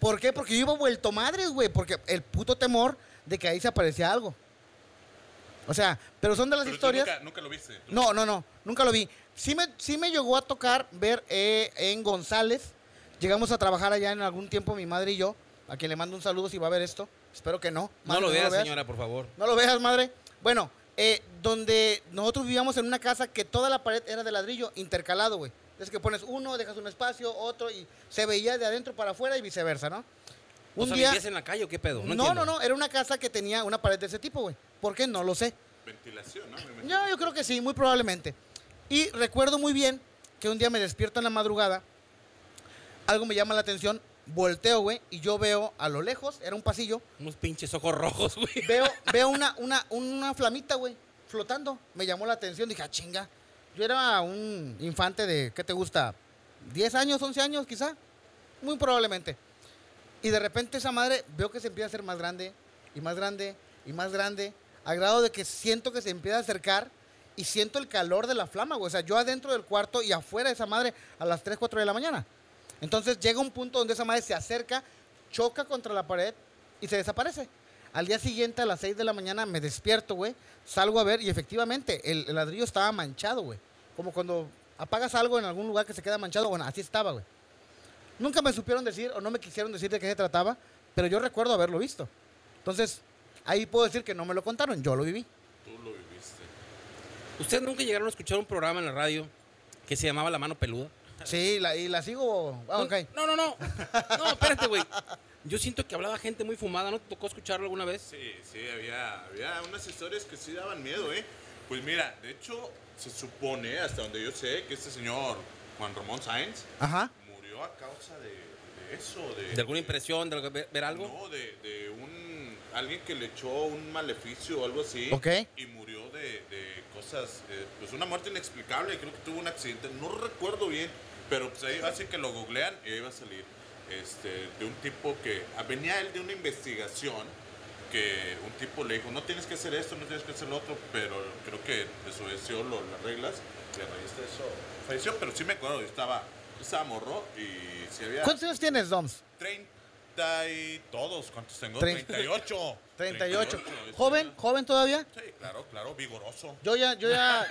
Speaker 1: ¿Por qué? Porque yo iba vuelto madres, güey. Porque el puto temor de que ahí se aparecía algo. O sea, pero son de las
Speaker 3: Pero tú
Speaker 1: historias.
Speaker 3: Nunca, nunca lo viste. Tú-
Speaker 1: No, no, no, nunca lo vi. Sí me, sí me llegó a tocar ver eh, en González. Llegamos a trabajar allá en algún tiempo mi madre y yo, a quien le mando un saludo si va a ver esto. Espero que no.
Speaker 2: No
Speaker 1: Madre,
Speaker 2: lo veas,
Speaker 1: veas.
Speaker 2: señora, por favor.
Speaker 1: No lo veas, madre. Bueno, eh, donde nosotros vivíamos en una casa que toda la pared era de ladrillo intercalado, güey. Es que pones uno, dejas un espacio, otro y se veía de adentro para afuera y viceversa, ¿no?
Speaker 2: ¿O
Speaker 1: Un
Speaker 2: sea,
Speaker 1: día...
Speaker 2: vivías en la calle o qué pedo?
Speaker 1: No,
Speaker 2: No,
Speaker 1: no,
Speaker 2: entiendo.
Speaker 1: no, era una casa que tenía una pared de ese tipo, güey. ¿Por qué? No lo sé.
Speaker 3: Ventilación, ¿no? Me imagino.
Speaker 1: Yo, yo creo que sí, muy probablemente. Y recuerdo muy bien que un día me despierto en la madrugada, algo me llama la atención, volteo, güey, y yo veo a lo lejos, era un pasillo,
Speaker 2: Unos pinches ojos rojos, güey.
Speaker 1: veo, veo una, una, una flamita, güey, flotando. Me llamó la atención, dije, ah, chinga. Yo era un infante de, ¿qué te gusta? ¿10 años, 11 años quizá? Muy probablemente. Y de repente esa madre veo que se empieza a hacer más grande y más grande y más grande, a grado de que siento que se empieza a acercar y siento el calor de la flama, güey. O sea, yo adentro del cuarto y afuera de esa madre a las 3, 4 de la mañana. Entonces llega un punto donde esa madre se acerca, choca contra la pared y se desaparece. Al día siguiente, a las 6 de la mañana, me despierto, güey. Salgo a ver y efectivamente el, el ladrillo estaba manchado, güey. Como cuando apagas algo en algún lugar que se queda manchado. Bueno, así estaba, güey. Nunca me supieron decir o no me quisieron decir de qué se trataba, pero yo recuerdo haberlo visto. Entonces, ahí puedo decir que no me lo contaron, yo lo viví.
Speaker 3: Tú lo viviste.
Speaker 2: ¿Ustedes nunca llegaron a escuchar un programa en la radio que se llamaba La Mano Peluda?
Speaker 1: Sí, la- y la sigo. ah, ok.
Speaker 2: No, no, no. No, espérate, güey. Yo siento que hablaba gente muy fumada. ¿No te tocó escucharlo alguna vez?
Speaker 3: Sí, sí, había, había unas historias que sí daban miedo, ¿eh? Pues mira, de hecho, se supone, hasta donde yo sé, que este señor, Juan Ramón Sáenz,
Speaker 1: Ajá.
Speaker 3: murió a causa de, de eso. De,
Speaker 2: ¿De alguna impresión? ¿De algo- ver ver algo?
Speaker 3: No, de, de un. Alguien que le echó un maleficio o algo así.
Speaker 1: Ok.
Speaker 3: Y murió de, de cosas. eh, pues una muerte inexplicable. Creo que tuvo un accidente. No recuerdo bien. Pero pues ahí así que lo googlean y ahí va a salir. Este, de un tipo que. ah, Venía él de una investigación. Que un tipo le dijo: No tienes que hacer esto, no tienes que hacer lo otro. Pero creo que desobedeció lo- las reglas. Le reíste eso. Falleció, pero sí me acuerdo. yo Estaba. yo Estaba morro y si había.
Speaker 1: ¿Cuántos años tienes, Doms?
Speaker 3: 30 y todos, ¿cuántos tengo?
Speaker 1: Trein-
Speaker 3: 38.
Speaker 1: 38.
Speaker 3: es
Speaker 1: ¿Joven?
Speaker 3: una-
Speaker 1: ¿Joven todavía?
Speaker 3: este, Sí, claro, claro, vigoroso.
Speaker 1: Yo ya, yo ya.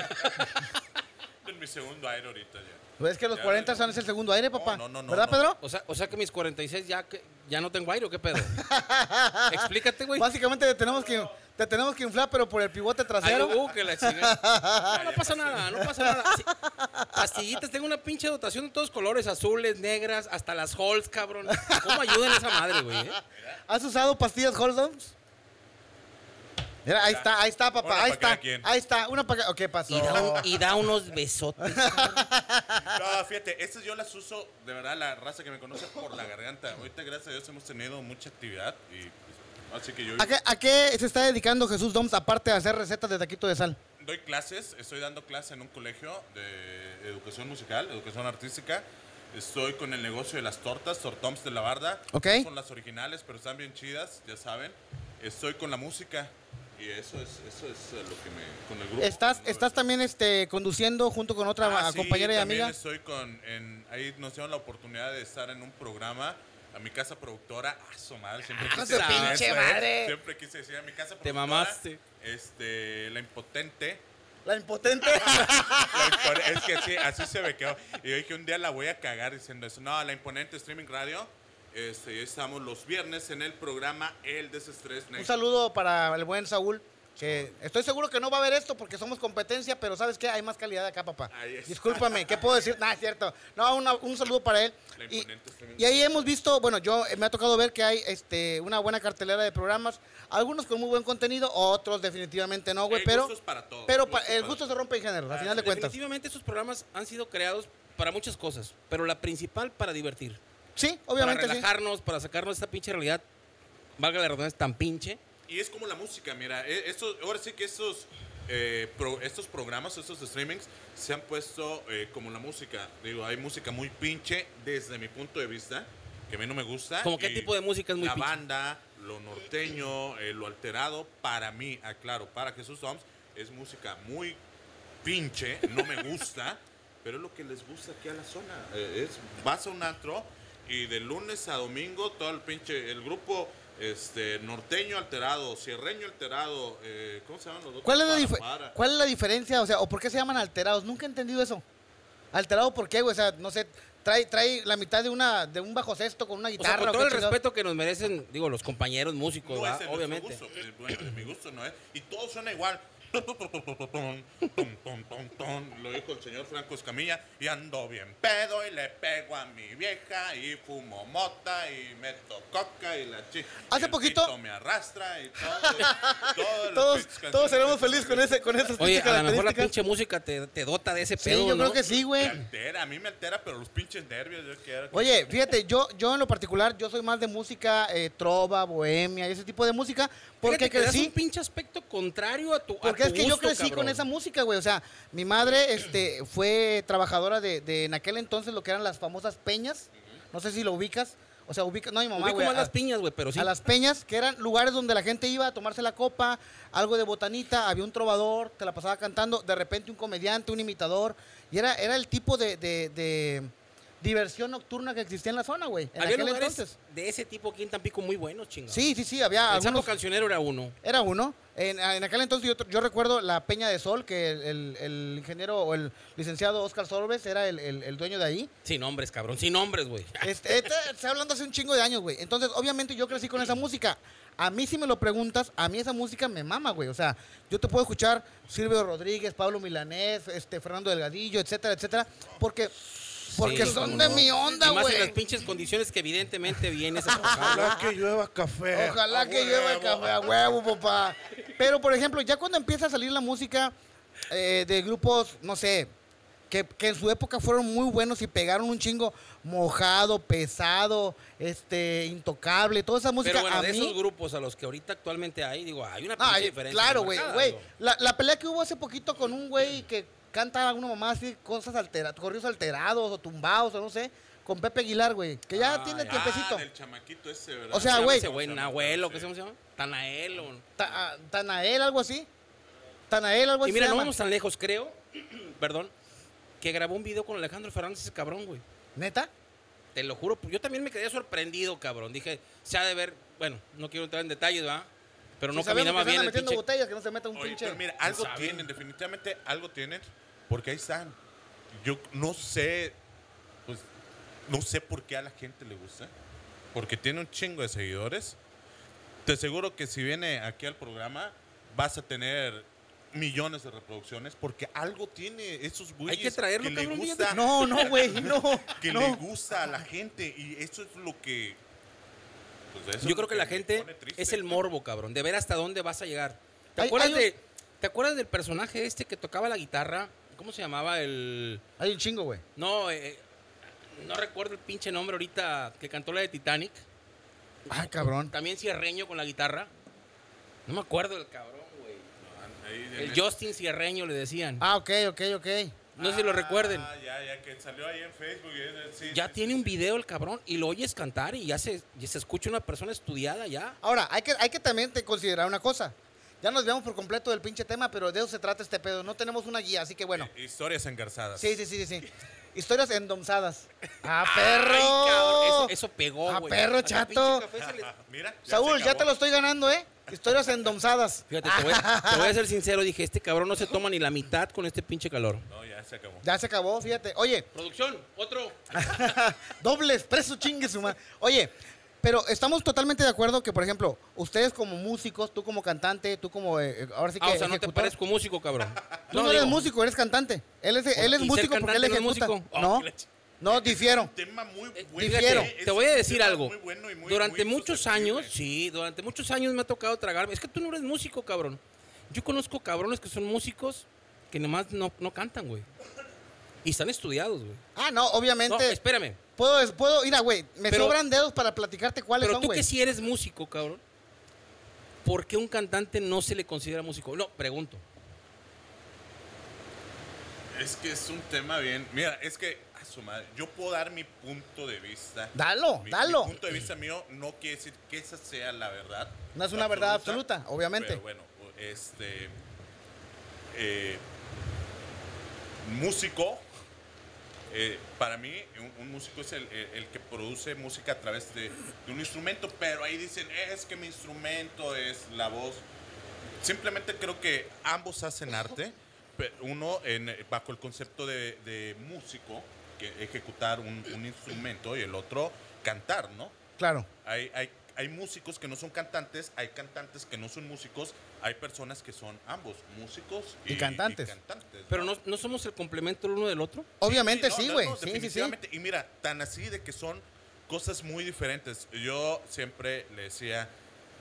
Speaker 3: En mi segundo aire ahorita ya.
Speaker 1: Es que los
Speaker 3: Ya,
Speaker 1: 40
Speaker 3: ya.
Speaker 1: son es el segundo aire, papá.
Speaker 3: No, no, no, no,
Speaker 1: ¿Verdad,
Speaker 3: no.
Speaker 1: Pedro?
Speaker 2: O sea, o sea que mis 46 ya, que- ya no tengo aire, ¿o qué pedo? Explícate, güey.
Speaker 1: Básicamente te tenemos, que, te tenemos que inflar, pero por el pivote
Speaker 2: Ay,
Speaker 1: trasero.
Speaker 2: uh, que la chingada. No, no pasa nada, no pasa nada. Sí. Pastillitas, tengo una pinche dotación de todos colores, azules, negras, hasta las halls, cabrón. ¿Cómo ayudan a esa madre, güey? eh?
Speaker 1: ¿Has usado pastillas Hall Doms? Mira, ahí está, ahí está,
Speaker 3: Una
Speaker 1: papá, ahí
Speaker 3: pa' cada
Speaker 1: está.
Speaker 3: quien.
Speaker 1: Ahí está, una para ¿Qué pasó?
Speaker 2: Y da, un- y da unos besotes.
Speaker 3: No, fíjate, estas yo las uso, de verdad, la raza que me conoce por la garganta. Ahorita, gracias a Dios, hemos tenido mucha actividad y pues, así que yo
Speaker 1: ¿A qué, a qué se está dedicando Jesús Doms aparte de hacer recetas de taquito de sal?
Speaker 3: doy clases, estoy dando clases en un colegio de educación musical, educación artística. Estoy con el negocio de las tortas, tortoms de la barda.
Speaker 1: Ok.
Speaker 3: No Son las originales, pero están bien chidas, ya saben. Estoy con la música y eso es, eso es eh, lo que me... Con el grupo.
Speaker 1: ¿Estás,
Speaker 3: ¿no?
Speaker 1: estás también este, conduciendo junto con otra
Speaker 3: Ah, sí,
Speaker 1: compañera y
Speaker 3: también
Speaker 1: amiga?
Speaker 3: estoy con... en- ahí nos dieron la oportunidad de estar en un programa... A mi casa productora, ah, su madre, siempre
Speaker 1: Ah,
Speaker 3: quise
Speaker 1: su
Speaker 3: decir
Speaker 1: pinche
Speaker 3: eso, ¿eh?
Speaker 1: madre.
Speaker 3: Siempre quise decir a mi casa productora.
Speaker 2: mamaste.
Speaker 3: Este, la impotente.
Speaker 1: La impotente.
Speaker 3: La impone- es que sí, así se me quedó. Y yo dije, un día la voy a cagar diciendo eso. No, la imponente Streaming Radio. Este, ahí estamos los viernes en el programa El Desestrés
Speaker 1: Un
Speaker 3: Next.
Speaker 1: saludo para el buen Saúl. Que estoy seguro que no va a ver esto porque somos competencia, pero ¿sabes qué? Hay más calidad acá, papá.
Speaker 3: Ahí está.
Speaker 1: Discúlpame, ¿qué puedo decir? Nada, es cierto. No, una- un saludo para él.
Speaker 3: La
Speaker 1: Y-
Speaker 3: imponente Streaming
Speaker 1: Y ahí hemos visto, bueno, yo eh, me ha tocado ver que hay este, una buena cartelera de programas, algunos con muy buen contenido, otros definitivamente no, güey,
Speaker 3: Hay
Speaker 1: pero,
Speaker 3: Eh, gustos para todos,
Speaker 1: pero
Speaker 3: gustos
Speaker 1: pa- el
Speaker 3: para
Speaker 1: gusto se
Speaker 3: todos.
Speaker 1: rompe en género, al
Speaker 3: Ah,
Speaker 1: final de cuentas.
Speaker 2: Definitivamente estos programas han sido creados para muchas cosas, pero la principal para divertir.
Speaker 1: Sí, obviamente
Speaker 2: para
Speaker 1: sí.
Speaker 2: relajarnos, para sacarnos de esta pinche realidad, valga la redundancia, tan pinche.
Speaker 3: Y es como la música, mira, e- estos, ahora sí que estos, eh, pro- estos programas, estos streamings, se han puesto eh, como la música. Digo, hay música muy pinche desde mi punto de vista. que a mí no me gusta.
Speaker 2: ¿Cómo qué
Speaker 3: y
Speaker 2: tipo de música es muy
Speaker 3: La
Speaker 2: pichi?
Speaker 3: banda, lo norteño, eh, lo alterado, para mí, aclaro, para Jesús Toms, es música muy pinche, no me gusta, pero es lo que les gusta aquí a la zona. Eh, es, vas a un antro y de lunes a domingo todo el pinche, el grupo este norteño alterado, sierreño alterado, eh, ¿cómo se llaman los otros?
Speaker 1: ¿Cuál es, la
Speaker 3: Para,
Speaker 1: dife-
Speaker 3: para.
Speaker 1: ¿Cuál es la diferencia? O sea, ¿o por qué se llaman alterados? Nunca he entendido eso. ¿Alterado por qué, güey? O sea, no sé, trae, trae la mitad de una de un bajo cesto con una
Speaker 2: O sea,
Speaker 1: guitarra.
Speaker 2: con
Speaker 1: ¿o
Speaker 2: todo
Speaker 1: qué
Speaker 2: el
Speaker 1: chingados?
Speaker 2: respeto que nos merecen, digo, los compañeros músicos,
Speaker 3: No
Speaker 2: ¿verdad?
Speaker 3: es de
Speaker 2: obviamente.
Speaker 3: nuestro gusto. Eh, Bueno, de mi gusto no es. Y todo suena igual. Tum, tum, tum, tum, tum, tum, tum, tum, tum, tum. Lo dijo el señor Franco Escamilla. Y ando bien pedo y le pego a mi vieja y fumo mota y meto coca y la chica.
Speaker 1: Hace poquito-
Speaker 3: me arrastra y todo. y todas las
Speaker 1: Todos,
Speaker 3: pinches
Speaker 1: todos
Speaker 3: canciones
Speaker 1: seremos
Speaker 3: que
Speaker 1: felices con, ese, con esas
Speaker 2: Oye,
Speaker 1: pinches
Speaker 2: a lo mejor la
Speaker 1: características.
Speaker 2: pinche música te, te dota de ese
Speaker 1: Sí,
Speaker 2: pedo,
Speaker 1: yo
Speaker 2: ¿no?
Speaker 1: creo que sí,
Speaker 3: Me
Speaker 1: güey.
Speaker 3: altera, a mí me altera, pero los pinches nervios yo quiero. que-
Speaker 1: Oye, fíjate, yo, yo en lo particular, yo soy más de música eh, trova, bohemia y ese tipo de música, porque
Speaker 2: Fíjate que le das
Speaker 1: crecí...
Speaker 2: un pinche aspecto contrario a tu a
Speaker 1: Porque
Speaker 2: tu
Speaker 1: es que yo
Speaker 2: gusto,
Speaker 1: crecí con
Speaker 2: cabrón.
Speaker 1: esa música, güey. O sea, mi madre este, fue trabajadora de, de en aquel entonces lo que eran las famosas peñas. No sé si lo ubicas. O sea, ubicas. No, mi mamá,
Speaker 2: Ubico
Speaker 1: güey.
Speaker 2: más
Speaker 1: a-
Speaker 2: las piñas, güey, pero sí.
Speaker 1: a las peñas, que eran lugares donde la gente iba a tomarse la copa, algo de botanita, había un trovador, te la pasaba cantando, de repente un comediante, un imitador, y era, era el tipo de, de- de diversión nocturna que existía en la zona, güey, en
Speaker 2: Había
Speaker 1: aquel
Speaker 2: lugares
Speaker 1: entonces.
Speaker 2: de ese tipo aquí en Tampico muy buenos, chingados.
Speaker 1: Sí, sí, sí, había
Speaker 2: El sapo
Speaker 1: algunos,
Speaker 2: cancionero era uno.
Speaker 1: era uno. En, en aquel entonces yo, yo recuerdo la Peña de Sol, que el, el- el ingeniero o el licenciado Oscar Sorbes era el- el- el dueño de ahí.
Speaker 2: Sin nombres, cabrón. Sin nombres, güey.
Speaker 1: Este, este, está hablando hace un chingo de años, güey. Entonces, obviamente yo crecí con esa música. A mí si me lo preguntas, a mí esa música me mama, güey. O sea, yo te puedo escuchar Silvio Rodríguez, Pablo Milanés, este, Fernando Delgadillo, etcétera, etcétera, porque, porque
Speaker 2: Sí,
Speaker 1: son
Speaker 2: cómo
Speaker 1: de
Speaker 2: no.
Speaker 1: mi onda,
Speaker 2: Y más en las
Speaker 1: güey. Ah,
Speaker 2: pinches condiciones que evidentemente vienes a tocar.
Speaker 4: Ojalá que llueva café.
Speaker 1: Ojalá que llueva el café a huevo, papá. Pero, por ejemplo, ya cuando empieza a salir la música eh, de grupos, no sé, que, que en su época fueron muy buenos y pegaron un chingo mojado, pesado, este, intocable, toda esa música
Speaker 2: Pero bueno,
Speaker 1: a
Speaker 2: de
Speaker 1: mí...
Speaker 2: esos grupos a los que ahorita actualmente hay, digo, hay una
Speaker 1: No,
Speaker 2: pinche
Speaker 1: ay,
Speaker 2: diferencia.
Speaker 1: claro,
Speaker 2: muy
Speaker 1: güey,
Speaker 2: marcada,
Speaker 1: güey.
Speaker 2: digo.
Speaker 1: La, la pelea que hubo hace poquito con un güey que canta alguna mamá así, cosas alteradas, corridos alterados o tumbados o no sé, con Pepe Aguilar, güey, que ya
Speaker 2: Ah,
Speaker 1: tiene
Speaker 2: ya.
Speaker 1: tiempecito.
Speaker 3: Ah, del chamaquito ese, ¿verdad?
Speaker 1: O sea,
Speaker 2: ¿Cómo se llama
Speaker 1: güey.
Speaker 2: Ese güey, Nahuel, o ¿qué
Speaker 3: Sí.
Speaker 2: se llama? Tanael. O...
Speaker 1: Ta- ah, Tanael, algo así. Tanael, algo así.
Speaker 2: Y mira,
Speaker 1: se
Speaker 2: no
Speaker 1: llama.
Speaker 2: vamos tan lejos, creo, perdón, que grabó un video con Alejandro Fernández, ese cabrón, güey.
Speaker 1: ¿Neta?
Speaker 2: Te lo juro, yo también me quedé sorprendido, cabrón. Dije, se ha de ver, bueno, no quiero entrar en detalles, ¿verdad? Pero no
Speaker 1: Si sabemos
Speaker 2: caminaba
Speaker 1: que se
Speaker 2: bien
Speaker 1: andan
Speaker 2: el
Speaker 1: metiendo
Speaker 2: pinche...
Speaker 1: botellas, que no se meta un
Speaker 3: Oye,
Speaker 1: pinche.
Speaker 3: pero mira, algo
Speaker 2: sabe.
Speaker 3: tienen, definitivamente algo tienen, porque ahí están. Yo no sé, pues, no sé por qué a la gente le gusta, porque tiene un chingo de seguidores. Te aseguro que si viene aquí al programa, vas a tener millones de reproducciones, porque algo tiene esos güeyes
Speaker 2: que traerlo,
Speaker 3: que le
Speaker 2: cabrón,
Speaker 3: gusta,
Speaker 1: No, no, güey, no.
Speaker 3: que
Speaker 1: no.
Speaker 3: le gusta a la gente, y eso es lo que... pues, eso es
Speaker 2: Yo
Speaker 3: lo
Speaker 2: creo que la
Speaker 3: me
Speaker 2: gente
Speaker 3: pone triste.
Speaker 2: es el morbo, cabrón, de ver hasta dónde vas a llegar. ¿Te
Speaker 1: Hay-
Speaker 2: acuerdas
Speaker 1: hay
Speaker 2: de te acuerdas del personaje este que tocaba la guitarra? ¿Cómo se llamaba el
Speaker 1: Hay un chingo, güey.
Speaker 2: No, eh, no recuerdo el pinche nombre ahorita que cantó la de Titanic.
Speaker 1: Ah, cabrón.
Speaker 2: También Cierreño con la guitarra. No me acuerdo del cabrón, güey.
Speaker 3: Ahí en
Speaker 2: El
Speaker 3: ese-
Speaker 2: Justin Cierreño le decían.
Speaker 1: Ah, ok, ok, ok.
Speaker 2: no sé si lo recuerden.
Speaker 3: Ah, ya, ya, que salió ahí en Facebook. y en el- sí,
Speaker 2: Ya
Speaker 3: sí,
Speaker 2: tiene
Speaker 3: sí,
Speaker 2: un
Speaker 3: sí.
Speaker 2: video el cabrón y lo oyes cantar y ya se, ya se escucha una persona estudiada ya.
Speaker 1: Ahora, hay que, hay que también te considerar una cosa. Ya nos veamos por completo del pinche tema, pero de eso se trata este pedo. No tenemos una guía, así que bueno.
Speaker 3: Eh, Historias engarzadas.
Speaker 1: Sí, sí, sí, sí. sí. Historias endomsadas. ¡Ah,
Speaker 2: Ay, cabrón,
Speaker 1: perro!
Speaker 2: eso, eso pegó,
Speaker 1: Ah,
Speaker 2: güey.
Speaker 1: perro
Speaker 2: Hasta el
Speaker 1: chato.
Speaker 2: pinche café se le-
Speaker 3: Ah, Mira.
Speaker 1: Saúl,
Speaker 3: se
Speaker 1: ya
Speaker 3: acabó.
Speaker 1: te lo estoy ganando, ¿eh? Historias endomsadas.
Speaker 2: Fíjate, te voy, a- te voy a ser sincero, dije, este cabrón no se toma ni la mitad con este pinche calor.
Speaker 3: No, ya se acabó.
Speaker 1: Ya se acabó, fíjate. Oye,
Speaker 2: Producción, otro.
Speaker 1: Dobles, preso, chingue su madre. Oye, pero estamos totalmente de acuerdo que, por ejemplo, ustedes como músicos, tú como cantante, tú como. eh, ahora sí que.
Speaker 2: Ah, o sea, no te
Speaker 1: ejecutor,
Speaker 2: parezco músico, cabrón.
Speaker 1: Tú no, eres
Speaker 2: digo,
Speaker 1: músico, eres cantante. Él es, él es
Speaker 2: ¿Y ser
Speaker 1: músico porque él
Speaker 2: cantante no es
Speaker 1: ejecuta.
Speaker 2: músico?
Speaker 1: No,
Speaker 2: Oh, qué la ch-
Speaker 1: no, difiero.
Speaker 3: Tema muy bueno.
Speaker 1: Difiero.
Speaker 3: eh, es
Speaker 2: Te voy a
Speaker 3: un
Speaker 2: decir
Speaker 3: tema
Speaker 2: algo.
Speaker 3: muy bueno y muy-
Speaker 2: durante
Speaker 3: muy
Speaker 2: muchos
Speaker 3: susceptible.
Speaker 2: años, sí, durante muchos años me ha tocado tragarme. Es que tú no eres músico, cabrón. Yo conozco cabrones que son músicos que nomás no, no cantan, güey. Y están estudiados, güey.
Speaker 1: Ah, no,
Speaker 2: No,
Speaker 1: obviamente.
Speaker 2: espérame.
Speaker 1: puedo, puedo, mira, güey, me
Speaker 2: Pero-
Speaker 1: sobran dedos para platicarte cuáles
Speaker 2: Pero
Speaker 1: son,
Speaker 2: tú
Speaker 1: güey.
Speaker 2: que sí eres músico, cabrón. ¿Por qué un cantante no se le considera músico? No, pregunto.
Speaker 3: Es que es un tema bien. Mira, es que ah, a su madre. Yo puedo dar mi punto de vista.
Speaker 1: Dalo,
Speaker 3: Mi-
Speaker 1: dalo.
Speaker 3: Mi punto de vista mío no quiere decir que esa sea la verdad.
Speaker 1: No es una verdad absoluta, obviamente.
Speaker 3: Pero bueno, este. eh, músico. eh, para mí, un, un músico es el, el- el que produce música a través de, de un instrumento, pero ahí dicen, es que mi instrumento es la voz. Simplemente creo que ambos hacen arte. pe- Uno en- bajo el concepto de, de músico, que ejecutar un, un instrumento, y el otro cantar, ¿no?
Speaker 1: Claro.
Speaker 3: Hay, hay, hay músicos que no son cantantes, hay cantantes que no son músicos, hay personas que son ambos, músicos y,
Speaker 1: Y cantantes.
Speaker 3: cantantes,
Speaker 2: Pero no, no somos el complemento el uno del otro.
Speaker 1: Obviamente
Speaker 3: no,
Speaker 1: sí,
Speaker 3: no,
Speaker 1: güey.
Speaker 3: no,
Speaker 1: sí, sí, sí.
Speaker 3: definitivamente. Y mira, tan así de que son cosas muy diferentes. Yo siempre le decía,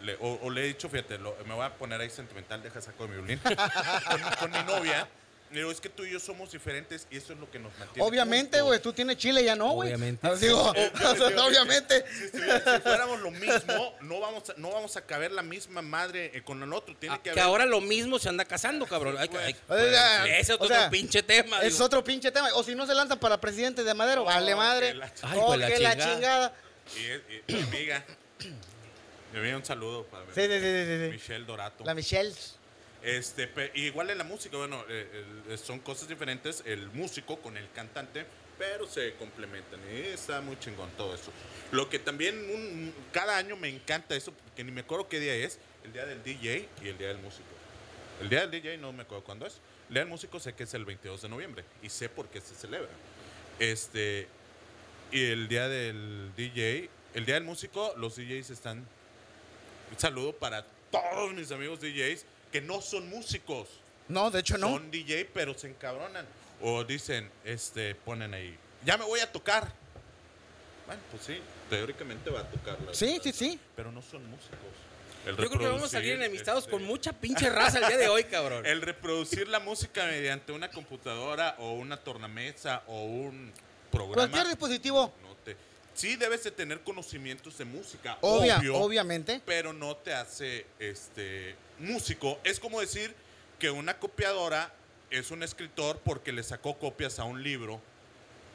Speaker 3: le- o, o le he dicho, fíjate, lo- me voy a poner ahí sentimental, deja saco de mi violín, con, con mi novia. Le digo, es que tú y yo somos diferentes y eso es lo que nos mantiene.
Speaker 1: Obviamente,
Speaker 3: juntos".
Speaker 1: güey, tú tienes chile, ya no, güey.
Speaker 2: Obviamente.
Speaker 1: Así digo, o sea, obviamente.
Speaker 3: Si, estuviera- si fuéramos lo mismo, no vamos, a, no vamos a caber la misma madre eh, con el otro. Tiene
Speaker 2: Ah,
Speaker 3: que
Speaker 2: que,
Speaker 3: haber. Ah, pues.
Speaker 2: ahora lo mismo se anda casando, cabrón. Ay,
Speaker 3: güey.
Speaker 2: ay,
Speaker 1: O
Speaker 3: Ah,
Speaker 1: sea,
Speaker 2: ese Pues, es
Speaker 1: o
Speaker 2: otro
Speaker 1: sea,
Speaker 2: pinche tema.
Speaker 1: Es
Speaker 2: digo.
Speaker 1: otro pinche tema. O si no se lanzan para presidente de Madero,
Speaker 3: Oh,
Speaker 1: vale madre.
Speaker 3: que la ch-
Speaker 2: Ay,
Speaker 1: Oh,
Speaker 2: pues la
Speaker 1: que la
Speaker 2: chingada.
Speaker 1: chingada.
Speaker 3: Y, es- y- mi amiga, mi amiga, un saludo para mi
Speaker 1: Sí, sí, sí, sí, sí.
Speaker 3: Michelle Dorato.
Speaker 1: La Michelle.
Speaker 3: Este, pe- igual en la música, bueno, eh, el- son cosas diferentes, el músico con el cantante, pero se complementan y está muy chingón todo eso. Lo que también un- cada año me encanta eso, porque ni me acuerdo qué día es, el día del DJ y el día del músico. El día del DJ no me acuerdo cuándo es. El día del músico sé que es el 22 de noviembre y sé por qué se celebra. Este, y el día del DJ, el día del músico, los DJs están un saludo para todos mis amigos DJs que no son músicos.
Speaker 1: No, de hecho no.
Speaker 3: Son DJ, pero se encabronan. O dicen, este, ponen ahí, ya me voy a tocar. Bueno, pues sí, teóricamente va a tocar. la
Speaker 1: Sí,
Speaker 3: verdad.
Speaker 1: sí, sí.
Speaker 3: Pero no son músicos.
Speaker 2: Yo creo que vamos a salir enemistados con mucha
Speaker 3: muchos
Speaker 2: pinche raza el día de hoy, cabrón.
Speaker 3: este. el reproducir la música mediante una computadora o una tornamesa o un programa.
Speaker 1: Cualquier dispositivo.
Speaker 3: No te- sí debes de tener conocimientos de música.
Speaker 1: Obvia,
Speaker 3: obvio,
Speaker 1: obviamente.
Speaker 3: Pero no te hace este músico. Es como decir que una copiadora es un escritor porque le sacó copias a un libro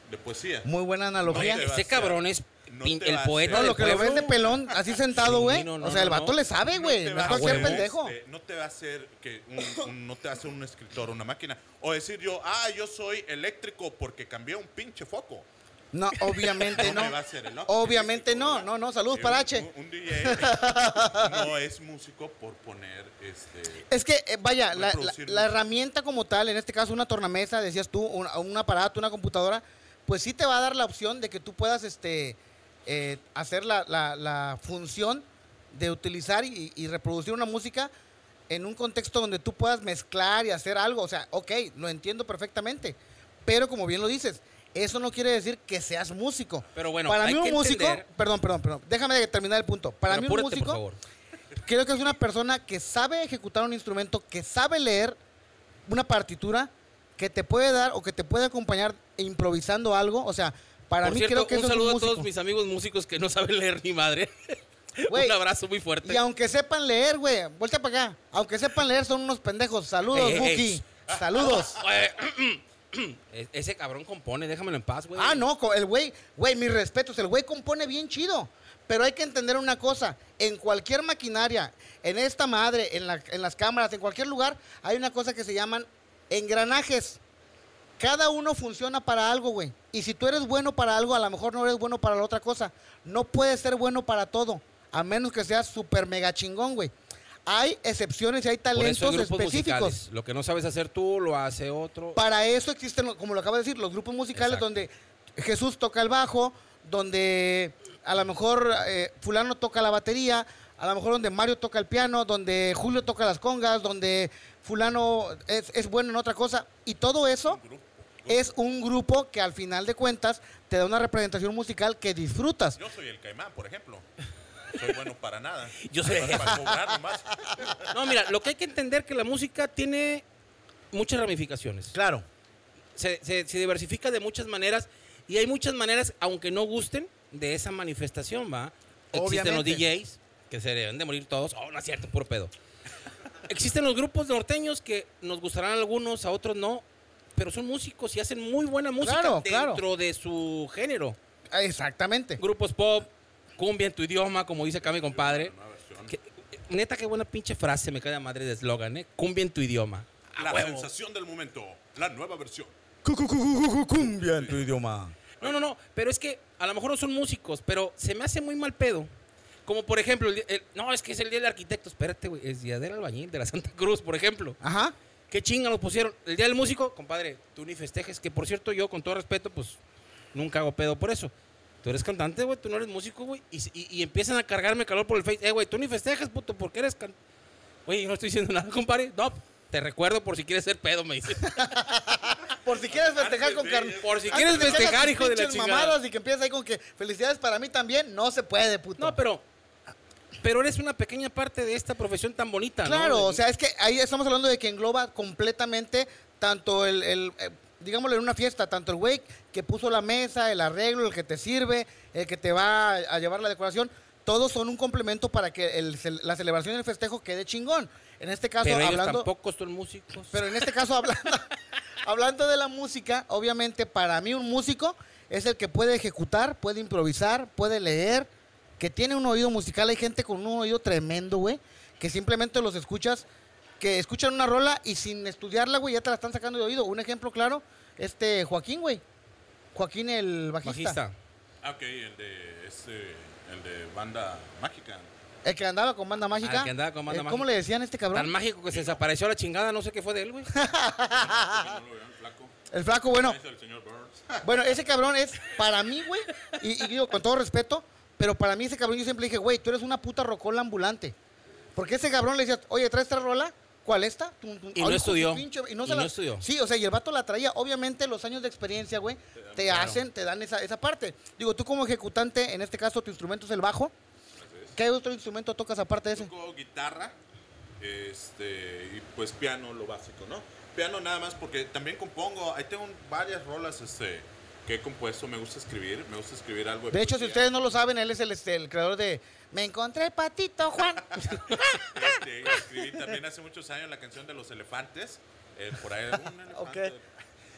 Speaker 3: de poesía.
Speaker 1: Muy buena analogía.
Speaker 3: Oye,
Speaker 1: No,
Speaker 3: va a
Speaker 2: Ese cabrón es
Speaker 3: No
Speaker 2: pin-
Speaker 3: te
Speaker 2: el
Speaker 3: va a
Speaker 2: poeta
Speaker 3: hacer.
Speaker 2: del
Speaker 1: lo que lo ves
Speaker 2: pueblo.
Speaker 1: de pelón, así sentado,
Speaker 2: Sí,
Speaker 1: güey.
Speaker 2: no, no,
Speaker 1: o sea, el
Speaker 2: no,
Speaker 1: vato
Speaker 2: no.
Speaker 1: le sabe, güey. No,
Speaker 3: te va
Speaker 1: es
Speaker 3: a
Speaker 1: cualquier
Speaker 3: hacer,
Speaker 1: pendejo.
Speaker 3: este, no te va a hacer que un, un- no te hace un escritor una máquina. O decir yo, ah, yo soy eléctrico porque cambié un pinche foco.
Speaker 1: No, obviamente
Speaker 3: No
Speaker 1: no.
Speaker 3: me va a hacer el otro.
Speaker 1: Obviamente no. No, no, saludos
Speaker 3: Eh,
Speaker 1: para
Speaker 3: un-
Speaker 1: H.
Speaker 3: Un, un DJ no es músico por poner este.
Speaker 1: Es que, eh, vaya, la, la-
Speaker 3: Reproducir
Speaker 1: la
Speaker 3: música.
Speaker 1: herramienta como tal, en este caso una tornamesa, decías tú, un, un aparato, una computadora, pues sí te va a dar la opción de que tú puedas este, eh, hacer la, la- la función de utilizar y, y reproducir una música en un contexto donde tú puedas mezclar y hacer algo. O sea, ok, lo entiendo perfectamente, pero como bien lo dices, eso no quiere decir que seas músico.
Speaker 2: Pero bueno,
Speaker 1: para
Speaker 2: hay
Speaker 1: mí un
Speaker 2: que
Speaker 1: músico,
Speaker 2: entender-
Speaker 1: perdón, perdón, perdón, déjame terminar el punto. Para
Speaker 2: Pero
Speaker 1: mí un
Speaker 2: apúrate,
Speaker 1: músico
Speaker 2: por favor.
Speaker 1: creo que es una persona que sabe ejecutar un instrumento, que sabe leer una partitura, que te puede dar o que te puede acompañar improvisando algo. O sea, para
Speaker 2: Por
Speaker 1: mí
Speaker 2: cierto,
Speaker 1: creo que
Speaker 2: un
Speaker 1: eso es
Speaker 2: saludo
Speaker 1: un
Speaker 2: a todos
Speaker 1: músico.
Speaker 2: mis amigos músicos que no saben leer ni madre.
Speaker 1: Güey,
Speaker 2: un abrazo muy fuerte.
Speaker 1: Y aunque sepan leer, güey, vuelta para acá. Aunque sepan leer, son unos pendejos. Saludos,
Speaker 2: Ey, ey,
Speaker 1: Buki.
Speaker 2: ey.
Speaker 1: Saludos.
Speaker 2: E- Ese cabrón compone, déjamelo en paz, güey.
Speaker 1: Ah, no, co- el güey, güey, mis respetos, el güey compone bien chido. Pero hay que entender una cosa, en cualquier maquinaria, en esta madre, en, la- en las cámaras, en cualquier lugar, hay una cosa que se llaman engranajes. Cada uno funciona para algo, güey. Y si tú eres bueno para algo, a lo mejor no eres bueno para la otra cosa. No puedes ser bueno para todo, a menos que seas súper mega chingón, güey. Hay excepciones y hay
Speaker 2: Por eso
Speaker 1: talentos
Speaker 2: hay grupos
Speaker 1: específicos.
Speaker 2: musicales. Lo que no sabes hacer tú, lo hace otro.
Speaker 1: Para eso existen, lo- como lo acaba de decir, los grupos musicales
Speaker 2: Exacto.
Speaker 1: donde Jesús toca el bajo, donde a lo mejor eh, fulano toca la batería, a lo mejor donde Mario toca el piano, donde Julio toca las congas, donde fulano es, es bueno en otra cosa. Y todo eso
Speaker 3: grupo.
Speaker 1: es un grupo que al final de cuentas te da una representación musical que disfrutas.
Speaker 3: Yo soy el caimán, por ejemplo. Soy bueno para nada.
Speaker 2: Yo soy el
Speaker 3: Bueno para cobrar nomás.
Speaker 2: No, mira, lo que hay que entender que la música tiene muchas ramificaciones.
Speaker 1: Claro.
Speaker 2: se, se- se diversifica de muchas maneras y hay muchas maneras, aunque no gusten, de esa manifestación, ¿va? Existen los
Speaker 1: Obviamente.
Speaker 2: DJs, que se deben de morir todos. Oh, no es cierto, puro pedo. Existen los grupos norteños que nos gustarán a algunos, a otros no. pero son músicos y hacen muy buena música
Speaker 1: Claro,
Speaker 2: dentro
Speaker 1: claro.
Speaker 2: de su género.
Speaker 1: Ah, Exactamente.
Speaker 2: Grupos pop, cumbia en tu idioma, como dice acá mi compadre. Que- neta, qué buena pinche frase me cae de madre de eslogan, ¿eh? Cumbia en tu idioma. A
Speaker 3: La
Speaker 2: huevo.
Speaker 3: sensación del momento, la nueva versión.
Speaker 1: Cumbia en tu idioma.
Speaker 2: No, no, no, pero es que a lo mejor no son músicos, pero se me hace muy mal pedo. Como por ejemplo, el di- el- no, es que es el día del arquitecto, espérate, güey, es día del albañil, de la Santa Cruz, por ejemplo.
Speaker 1: Ajá.
Speaker 2: ¿Qué chinga nos pusieron? El día del músico, compadre, tú ni festejes, que por cierto yo, con todo respeto, pues nunca hago pedo por eso. Tú eres cantante, güey, tú no eres músico, güey, y, y- y empiezan a cargarme calor por el Face. Eh, güey, tú ni festejes, puto, porque eres cantante. Oye, yo no estoy diciendo nada, compadre. No, te recuerdo por si quieres ser pedo, me dice.
Speaker 1: Por si quieres festejar con carne.
Speaker 2: Por si quieres festejar, hijo de la chingada.
Speaker 1: mamadas y que empiezas ahí con que felicidades para mí también, no se puede, puto.
Speaker 2: No, pero. Pero eres una pequeña parte de esta profesión tan bonita, ¿no?
Speaker 1: Claro,
Speaker 2: De-
Speaker 1: o sea, es que ahí estamos hablando de que engloba completamente tanto el, el, eh, digámoslo en una fiesta, tanto el güey que puso la mesa, el arreglo, el que te sirve, el que te va a, a llevar la decoración, todos son un complemento para que el cel- la celebración y el festejo quede chingón. En este caso,
Speaker 2: Pero ellos
Speaker 1: hablando...
Speaker 2: tampoco son músicos.
Speaker 1: Pero en este caso, hablando, hablando de la música, obviamente para mí un músico es el que puede ejecutar, puede improvisar, puede leer, que tiene un oído musical. Hay gente con un oído tremendo, güey, que simplemente los escuchas, que escuchan una rola y sin estudiarla, güey, ya te la están sacando de oído. Un ejemplo claro, este Joaquín, güey. Joaquín el bajista.
Speaker 2: Bajista.
Speaker 3: Ah, ok, el de, este, el de banda mágica.
Speaker 1: El que andaba con banda mágica.
Speaker 2: Ah, que andaba con Banda
Speaker 1: Eh, ¿Cómo
Speaker 2: Mágica.
Speaker 1: le decían a este cabrón?
Speaker 2: Tan mágico que se desapareció la chingada, no sé qué fue de él, güey. Ah.
Speaker 3: No lo vean, flaco.
Speaker 1: el flaco, bueno.
Speaker 3: Ahí está el señor Burns.
Speaker 1: Bueno, ese cabrón es para mí, güey, y, y digo con todo respeto, pero para mí ese cabrón yo siempre dije, güey, tú eres una puta rocola ambulante. Porque ese cabrón le decía, oye, ¿traes esta rola? ¿Cuál esta? Tum, tum. Ay,
Speaker 2: Y no
Speaker 1: hijo de
Speaker 2: estudió.
Speaker 1: pinche- y
Speaker 2: Y
Speaker 1: no, se
Speaker 2: no
Speaker 1: la-
Speaker 2: estudió.
Speaker 1: Sí, o sea, y el vato la traía. Obviamente los años de experiencia, güey, te hacen, te dan esa, esa parte. Digo, tú como ejecutante, en este caso tu instrumento es el bajo. ¿Qué otro instrumento tocas aparte de ese?
Speaker 3: Toco guitarra, este, y pues piano, lo básico, ¿no? Piano nada más porque también compongo, ahí tengo varias rolas este, que he compuesto, me gusta escribir, me gusta escribir algo.
Speaker 1: De hecho, si
Speaker 3: poesía.
Speaker 1: ustedes no lo saben, él es el, este, el creador de Me encontré el patito, Juan.
Speaker 3: Este, escribí también hace muchos años la canción de los elefantes. eh, por ahí un elefante.
Speaker 1: Ok.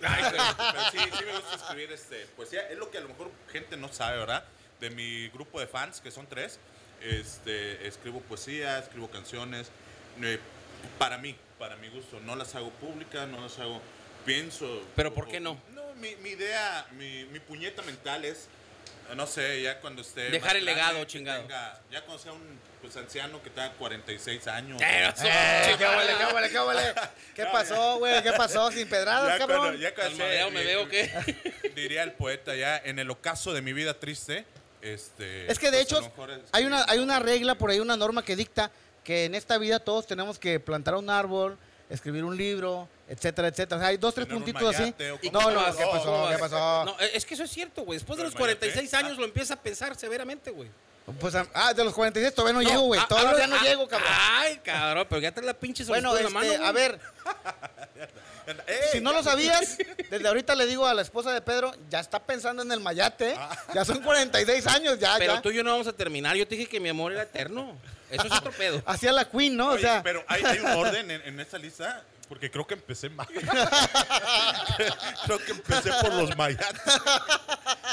Speaker 3: Ay, pero, pero sí, sí me gusta escribir este, poesía. Es lo que a lo mejor gente no sabe, ¿verdad? De mi grupo de fans, que son tres, este, escribo poesía, escribo canciones. eh, para mí, para mi gusto. No las hago públicas, no las hago. Pienso.
Speaker 2: Pero, ¿por qué no?
Speaker 3: No, mi, mi idea, mi, mi puñeta mental es. No sé, ya cuando esté.
Speaker 2: Dejar
Speaker 3: más
Speaker 2: el
Speaker 3: grande,
Speaker 2: legado,
Speaker 3: que
Speaker 2: chingado.
Speaker 3: tenga- ya cuando sea un pues, anciano que tenga 46 años.
Speaker 2: Eh, eso,
Speaker 1: Eh, ¿Qué
Speaker 2: chingada.
Speaker 1: huele, qué huele, qué huele? ¿Qué pasó, güey? ¿Qué pasó? ¿Sin pedradas,
Speaker 3: ya cuando,
Speaker 1: cabrón?
Speaker 3: ya cuando sea-
Speaker 2: Almadeo, me veo que.
Speaker 3: Diría el poeta, ya en el ocaso de mi vida triste. Este,
Speaker 1: Es que de
Speaker 3: pues, a
Speaker 1: hecho
Speaker 3: lo mejor es-
Speaker 1: hay una, hay una regla por ahí, una norma que dicta que en esta vida todos tenemos que plantar un árbol, escribir un libro, etcétera, etcétera. O sea, hay dos, tres
Speaker 3: Tener un
Speaker 1: puntitos así.
Speaker 3: mayate o
Speaker 2: ¿Y
Speaker 1: No,
Speaker 2: cómo
Speaker 1: no,
Speaker 2: vas?
Speaker 1: ¿qué
Speaker 2: ¿Cómo
Speaker 1: pasó?
Speaker 2: vas?
Speaker 1: ¿Qué pasó? Ah.
Speaker 2: No, eh, es que eso es cierto, güey. Después de
Speaker 3: Pero
Speaker 2: los 46
Speaker 3: imagínate.
Speaker 2: años lo empieza a pensar severamente, güey. Ah,
Speaker 1: Pues, ah, de los 46 todavía no,
Speaker 2: No,
Speaker 1: llego, güey.
Speaker 2: a-
Speaker 1: Todavía
Speaker 2: hablo-
Speaker 1: no
Speaker 2: a-
Speaker 1: llego, cabrón.
Speaker 2: Ay, cabrón, pero ya te la pinche
Speaker 1: bueno,
Speaker 2: solicitud en la
Speaker 1: este,
Speaker 2: mano, Eh.
Speaker 1: a
Speaker 2: güey.
Speaker 1: ver,
Speaker 3: ¡Ey!
Speaker 1: si no lo sabías, desde ahorita le digo a la esposa de Pedro, ya está pensando en el mayate. ¿eh?
Speaker 3: Ah.
Speaker 1: Ya son 46 años, ya,
Speaker 2: Pero
Speaker 1: ya.
Speaker 2: tú y yo no vamos a terminar. Yo te dije que mi amor era eterno. Eso es otro pedo.
Speaker 1: Hacía la queen, ¿no?
Speaker 3: Oye,
Speaker 1: o sea,
Speaker 3: pero hay, hay un orden en, en esta lista, porque creo que empecé mal. creo que empecé por los mayates.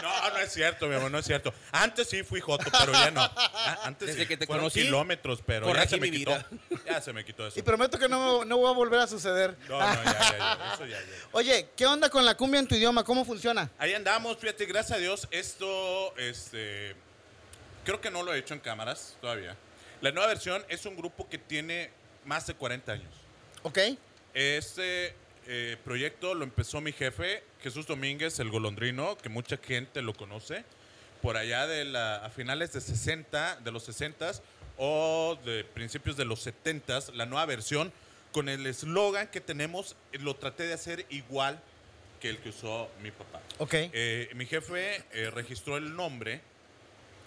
Speaker 3: No, no es cierto, mi amor, no es cierto. Antes sí fui joto, pero ya no. Ah, Antes
Speaker 2: Desde
Speaker 3: sí.
Speaker 2: que te
Speaker 3: Fueron
Speaker 2: conocí,
Speaker 3: kilómetros, pero ya
Speaker 2: corregí
Speaker 3: se me
Speaker 2: mi
Speaker 3: quitó.
Speaker 2: vida.
Speaker 3: Ya se me quitó eso.
Speaker 1: Y prometo que no, no va a volver a suceder.
Speaker 3: No, no, ya, ya, ya, eso ya, ya.
Speaker 1: Oye, ¿qué onda con la cumbia en tu idioma? ¿Cómo funciona?
Speaker 3: Ahí andamos, fíjate, gracias a Dios, esto, este, creo que no lo he hecho en cámaras todavía. La nueva versión es un grupo que tiene más de 40 años.
Speaker 1: ¿Ok?
Speaker 3: Este eh, proyecto lo empezó mi jefe, Jesús Domínguez, el golondrino, que mucha gente lo conoce, por allá de la, a finales de 60, de los 60 o de principios de los 70, la nueva versión, con el eslogan que tenemos, eh, lo traté de hacer igual que el que usó mi papá.
Speaker 1: ¿Ok?
Speaker 3: Eh, mi jefe eh, registró el nombre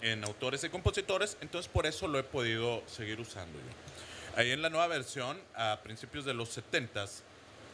Speaker 3: en autores y compositores, entonces por eso lo he podido seguir usando yo. Ahí en la nueva versión, a principios de los 70s,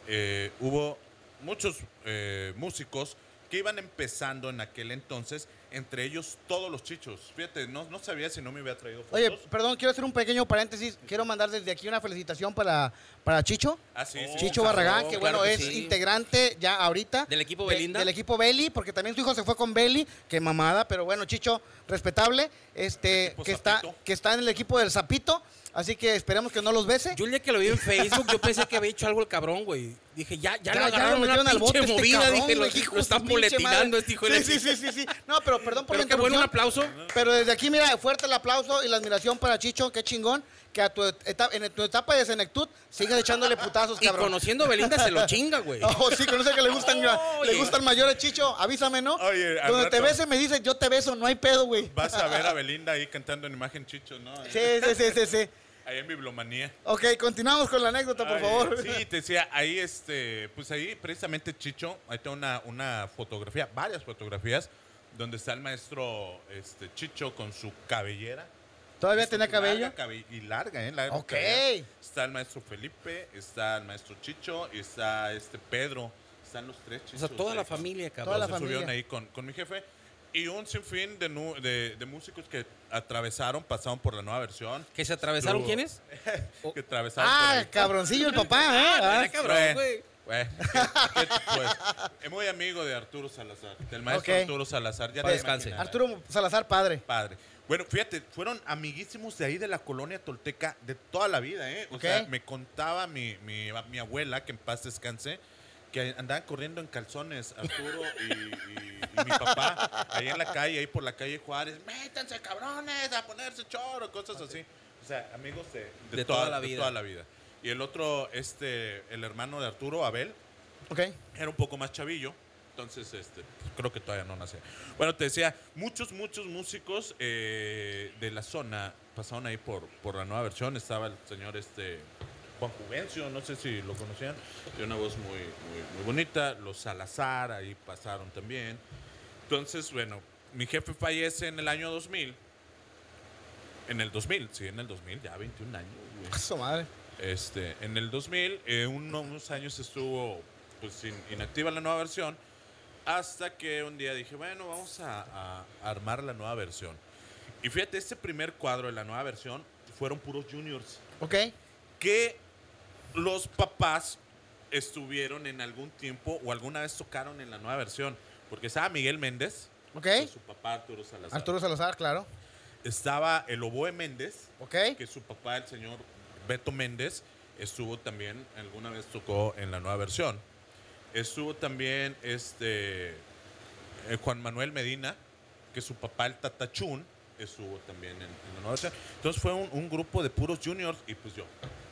Speaker 3: eh, hubo muchos eh, músicos que iban empezando en aquel entonces entre ellos todos los chichos. Fíjate, no, no sabía si no me hubiera traído fotos.
Speaker 1: Oye, perdón, quiero hacer un pequeño paréntesis. Quiero mandar desde aquí una felicitación para, para Chicho.
Speaker 3: Ah, sí, sí,
Speaker 1: Chicho
Speaker 3: claro,
Speaker 1: Barragán, que
Speaker 2: claro
Speaker 1: bueno,
Speaker 2: que
Speaker 1: es
Speaker 2: sí.
Speaker 1: integrante ya ahorita.
Speaker 2: ¿Del equipo
Speaker 1: de-
Speaker 2: Belinda?
Speaker 1: del equipo Beli, porque también su hijo se fue con Beli, que mamada, pero bueno, Chicho, respetable, este,
Speaker 3: Equipo
Speaker 1: que está,
Speaker 3: Zapito.
Speaker 1: que está en el equipo del Zapito, así que esperemos que no los bese.
Speaker 2: Yo el día que lo vi en Facebook, yo pensé que había hecho algo el cabrón, güey. Dije, ya, ya, lo agarraron una
Speaker 1: metieron
Speaker 2: pinche
Speaker 1: al bote este
Speaker 2: movida.
Speaker 1: cabrón,
Speaker 2: dije, lo,
Speaker 1: güey, hijo
Speaker 2: lo
Speaker 1: de
Speaker 2: están
Speaker 1: su pinche
Speaker 2: boletinando
Speaker 1: madre.
Speaker 2: este hijo de
Speaker 1: sí, sí, sí, sí, sí. No, pero perdón por
Speaker 2: Pero
Speaker 1: la
Speaker 2: qué bueno, un
Speaker 1: interrupción.
Speaker 2: aplauso.
Speaker 1: Pero desde aquí, mira, fuerte el aplauso y la admiración para Chicho, qué chingón, que a tu etapa, en tu etapa de senectud sigas echándole putazos,
Speaker 2: Y
Speaker 1: Ah, cabrón.
Speaker 2: conociendo a Belinda se lo chinga, güey.
Speaker 1: Oh, sí, conoce que le gustan,
Speaker 2: Oye.
Speaker 1: le gustan mayores, Chicho, avísame, ¿no?
Speaker 3: Oye, al
Speaker 1: Donde te
Speaker 3: rato.
Speaker 1: bese me dices, yo te beso, no hay pedo, güey.
Speaker 3: Vas a ver a Belinda ahí cantando en imagen chicho, ¿no? Ahí-
Speaker 1: Sí, sí, sí, sí, sí.
Speaker 3: Ahí en Biblomanía.
Speaker 1: Ok, continuamos con la anécdota, por
Speaker 3: Ay,
Speaker 1: favor.
Speaker 3: Sí, te decía, ahí este, pues ahí precisamente Chicho, ahí está una, una fotografía, varias fotografías, donde está el maestro este, Chicho con su cabellera.
Speaker 1: ¿Todavía
Speaker 3: Esta
Speaker 1: tenía cabello?
Speaker 3: larga cabe- y larga, ¿eh? Larga
Speaker 1: Ok.
Speaker 3: cabellera. Está el maestro Felipe, está el maestro Chicho y está este Pedro. Están los tres
Speaker 2: O
Speaker 3: chichos.
Speaker 2: sea, toda
Speaker 3: ahí
Speaker 2: la
Speaker 3: con-
Speaker 2: familia, cabrón.
Speaker 1: Toda la
Speaker 3: se
Speaker 1: familia.
Speaker 3: subieron ahí con, con mi jefe. Y un sinfín de, nu- de, de músicos que atravesaron, pasaron por la nueva versión.
Speaker 2: ¿Que oh, se atravesaron
Speaker 3: Estuvo-
Speaker 2: quiénes?
Speaker 3: Que atravesaron por
Speaker 1: Ah,
Speaker 3: ahí.
Speaker 1: cabroncillo el papá, ¿eh? Ah.
Speaker 2: era cabrón, güey.
Speaker 3: Pues, Bueno, que- que- pues, es muy amigo de Arturo Salazar, del maestro
Speaker 1: Ok.
Speaker 3: Arturo Salazar. Ya
Speaker 2: Paz
Speaker 3: te
Speaker 2: descanse.
Speaker 3: imaginarás.
Speaker 1: Arturo Salazar, padre.
Speaker 3: Padre. Bueno, fíjate, fueron amiguísimos de ahí de la colonia tolteca de toda la vida, ¿eh? O
Speaker 1: Ok.
Speaker 3: sea, me contaba mi, mi, mi abuela, que en paz descanse, que andaban corriendo en calzones Arturo y, y- y mi papá, ahí en la calle, ahí por la calle Juárez, métanse cabrones a ponerse choro, cosas así. O sea, amigos de, de
Speaker 2: De toda la
Speaker 3: de
Speaker 2: vida.
Speaker 3: toda la vida. Y el otro, este, el hermano de Arturo, Abel,
Speaker 1: Ok.
Speaker 3: era un poco más chavillo. Entonces, este, creo que todavía no nacía. Bueno, te decía, muchos, muchos músicos eh, de la zona pasaron ahí por, por la nueva versión. Estaba el señor este, Juan Juvencio, no sé si lo conocían. Tiene una voz muy, muy, muy bonita. Los Salazar ahí pasaron también. Entonces, bueno, mi jefe fallece en el año 2000. En el 2000, sí, en el 2000, ya 21 años. güey.
Speaker 1: Ah, Su madre.
Speaker 3: Este, en el 2000, eh, uno- unos años estuvo pues, in- inactiva la nueva versión, hasta que un día dije, bueno, vamos a, a armar la nueva versión. Y fíjate, este primer cuadro de la nueva versión fueron puros juniors,
Speaker 1: Ok.
Speaker 3: que los papás estuvieron en algún tiempo o alguna vez tocaron en la nueva versión, porque estaba Miguel Méndez,
Speaker 1: Ok.
Speaker 3: que es su papá Arturo Salazar,
Speaker 1: ¿Eh? Arturo Salazar, claro.
Speaker 3: estaba el oboe Méndez,
Speaker 1: Ok.
Speaker 3: que su papá, el señor Beto Méndez, estuvo también, alguna vez tocó en la nueva versión. Estuvo también este eh, Juan Manuel Medina, que su papá, el Tatachún, estuvo también en, en la nueva versión. Entonces fue un, un grupo de puros juniors y pues yo.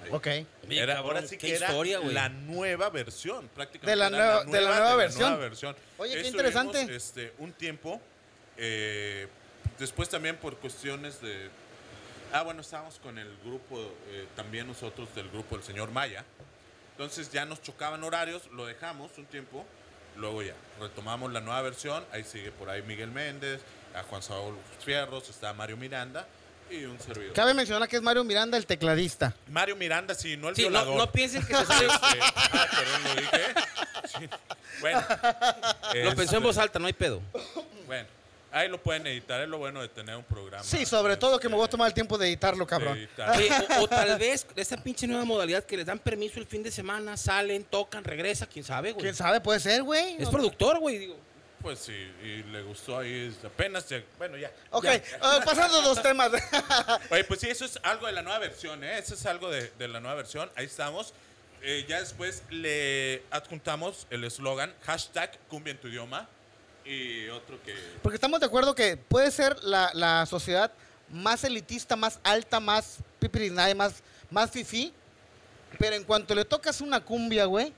Speaker 3: ahí.
Speaker 1: Ok.
Speaker 2: Oye,
Speaker 3: Era-
Speaker 2: cabrón,
Speaker 3: ahora sí
Speaker 2: qué
Speaker 3: que era
Speaker 2: historia, güey.
Speaker 3: la nueva versión, prácticamente.
Speaker 1: De la nueva-
Speaker 3: era
Speaker 1: de la nueva versión.
Speaker 3: versión.
Speaker 1: Oye, qué
Speaker 3: Estuvimos,
Speaker 1: interesante.
Speaker 3: Este, un tiempo, eh, después también por cuestiones de... Ah, bueno, estábamos con el grupo, eh, también nosotros del grupo del señor Maya. Entonces ya nos chocaban horarios, lo dejamos un tiempo, luego ya retomamos la nueva versión, ahí sigue por ahí Miguel Méndez, a Juan Saúl Fierros, está Mario Miranda y un servidor.
Speaker 1: Cabe mencionar que es Mario Miranda, el tecladista.
Speaker 3: Mario Miranda, sí, no el
Speaker 2: Sí, no,
Speaker 3: violador.
Speaker 2: no piensen que se sale-
Speaker 3: Este, ah, perdón, lo dije. Sí. Bueno.
Speaker 2: Lo pensó en
Speaker 3: este,
Speaker 2: voz alta, no hay pedo.
Speaker 3: Bueno, ahí lo pueden editar, es lo bueno de tener un programa.
Speaker 1: Sí, sobre todo que me voy a tomar el tiempo de editarlo,
Speaker 3: de
Speaker 1: cabrón.
Speaker 3: editar.
Speaker 2: Oye, o, o tal vez esta pinche nueva modalidad que les dan permiso el fin de semana, salen, tocan, regresa, quién sabe, güey.
Speaker 1: ¿Quién sabe? Puede ser, güey.
Speaker 2: Es
Speaker 1: No-
Speaker 2: productor, güey, digo.
Speaker 3: Pues sí, y le gustó ahí, apenas, se- bueno, ya.
Speaker 1: Ok,
Speaker 3: ya.
Speaker 1: ah, pasando dos temas.
Speaker 3: Oye, pues sí, eso es algo de la nueva versión, ¿eh? Eso es algo de, de la nueva versión. Ahí estamos. Eh, ya después le adjuntamos el eslogan, hashtag cumbia en tu idioma. Y otro que...
Speaker 1: Porque estamos de acuerdo que puede ser la, la sociedad más elitista, más alta, más pipirinay, más, más fifí. Pero en cuanto le tocas una cumbia, güey,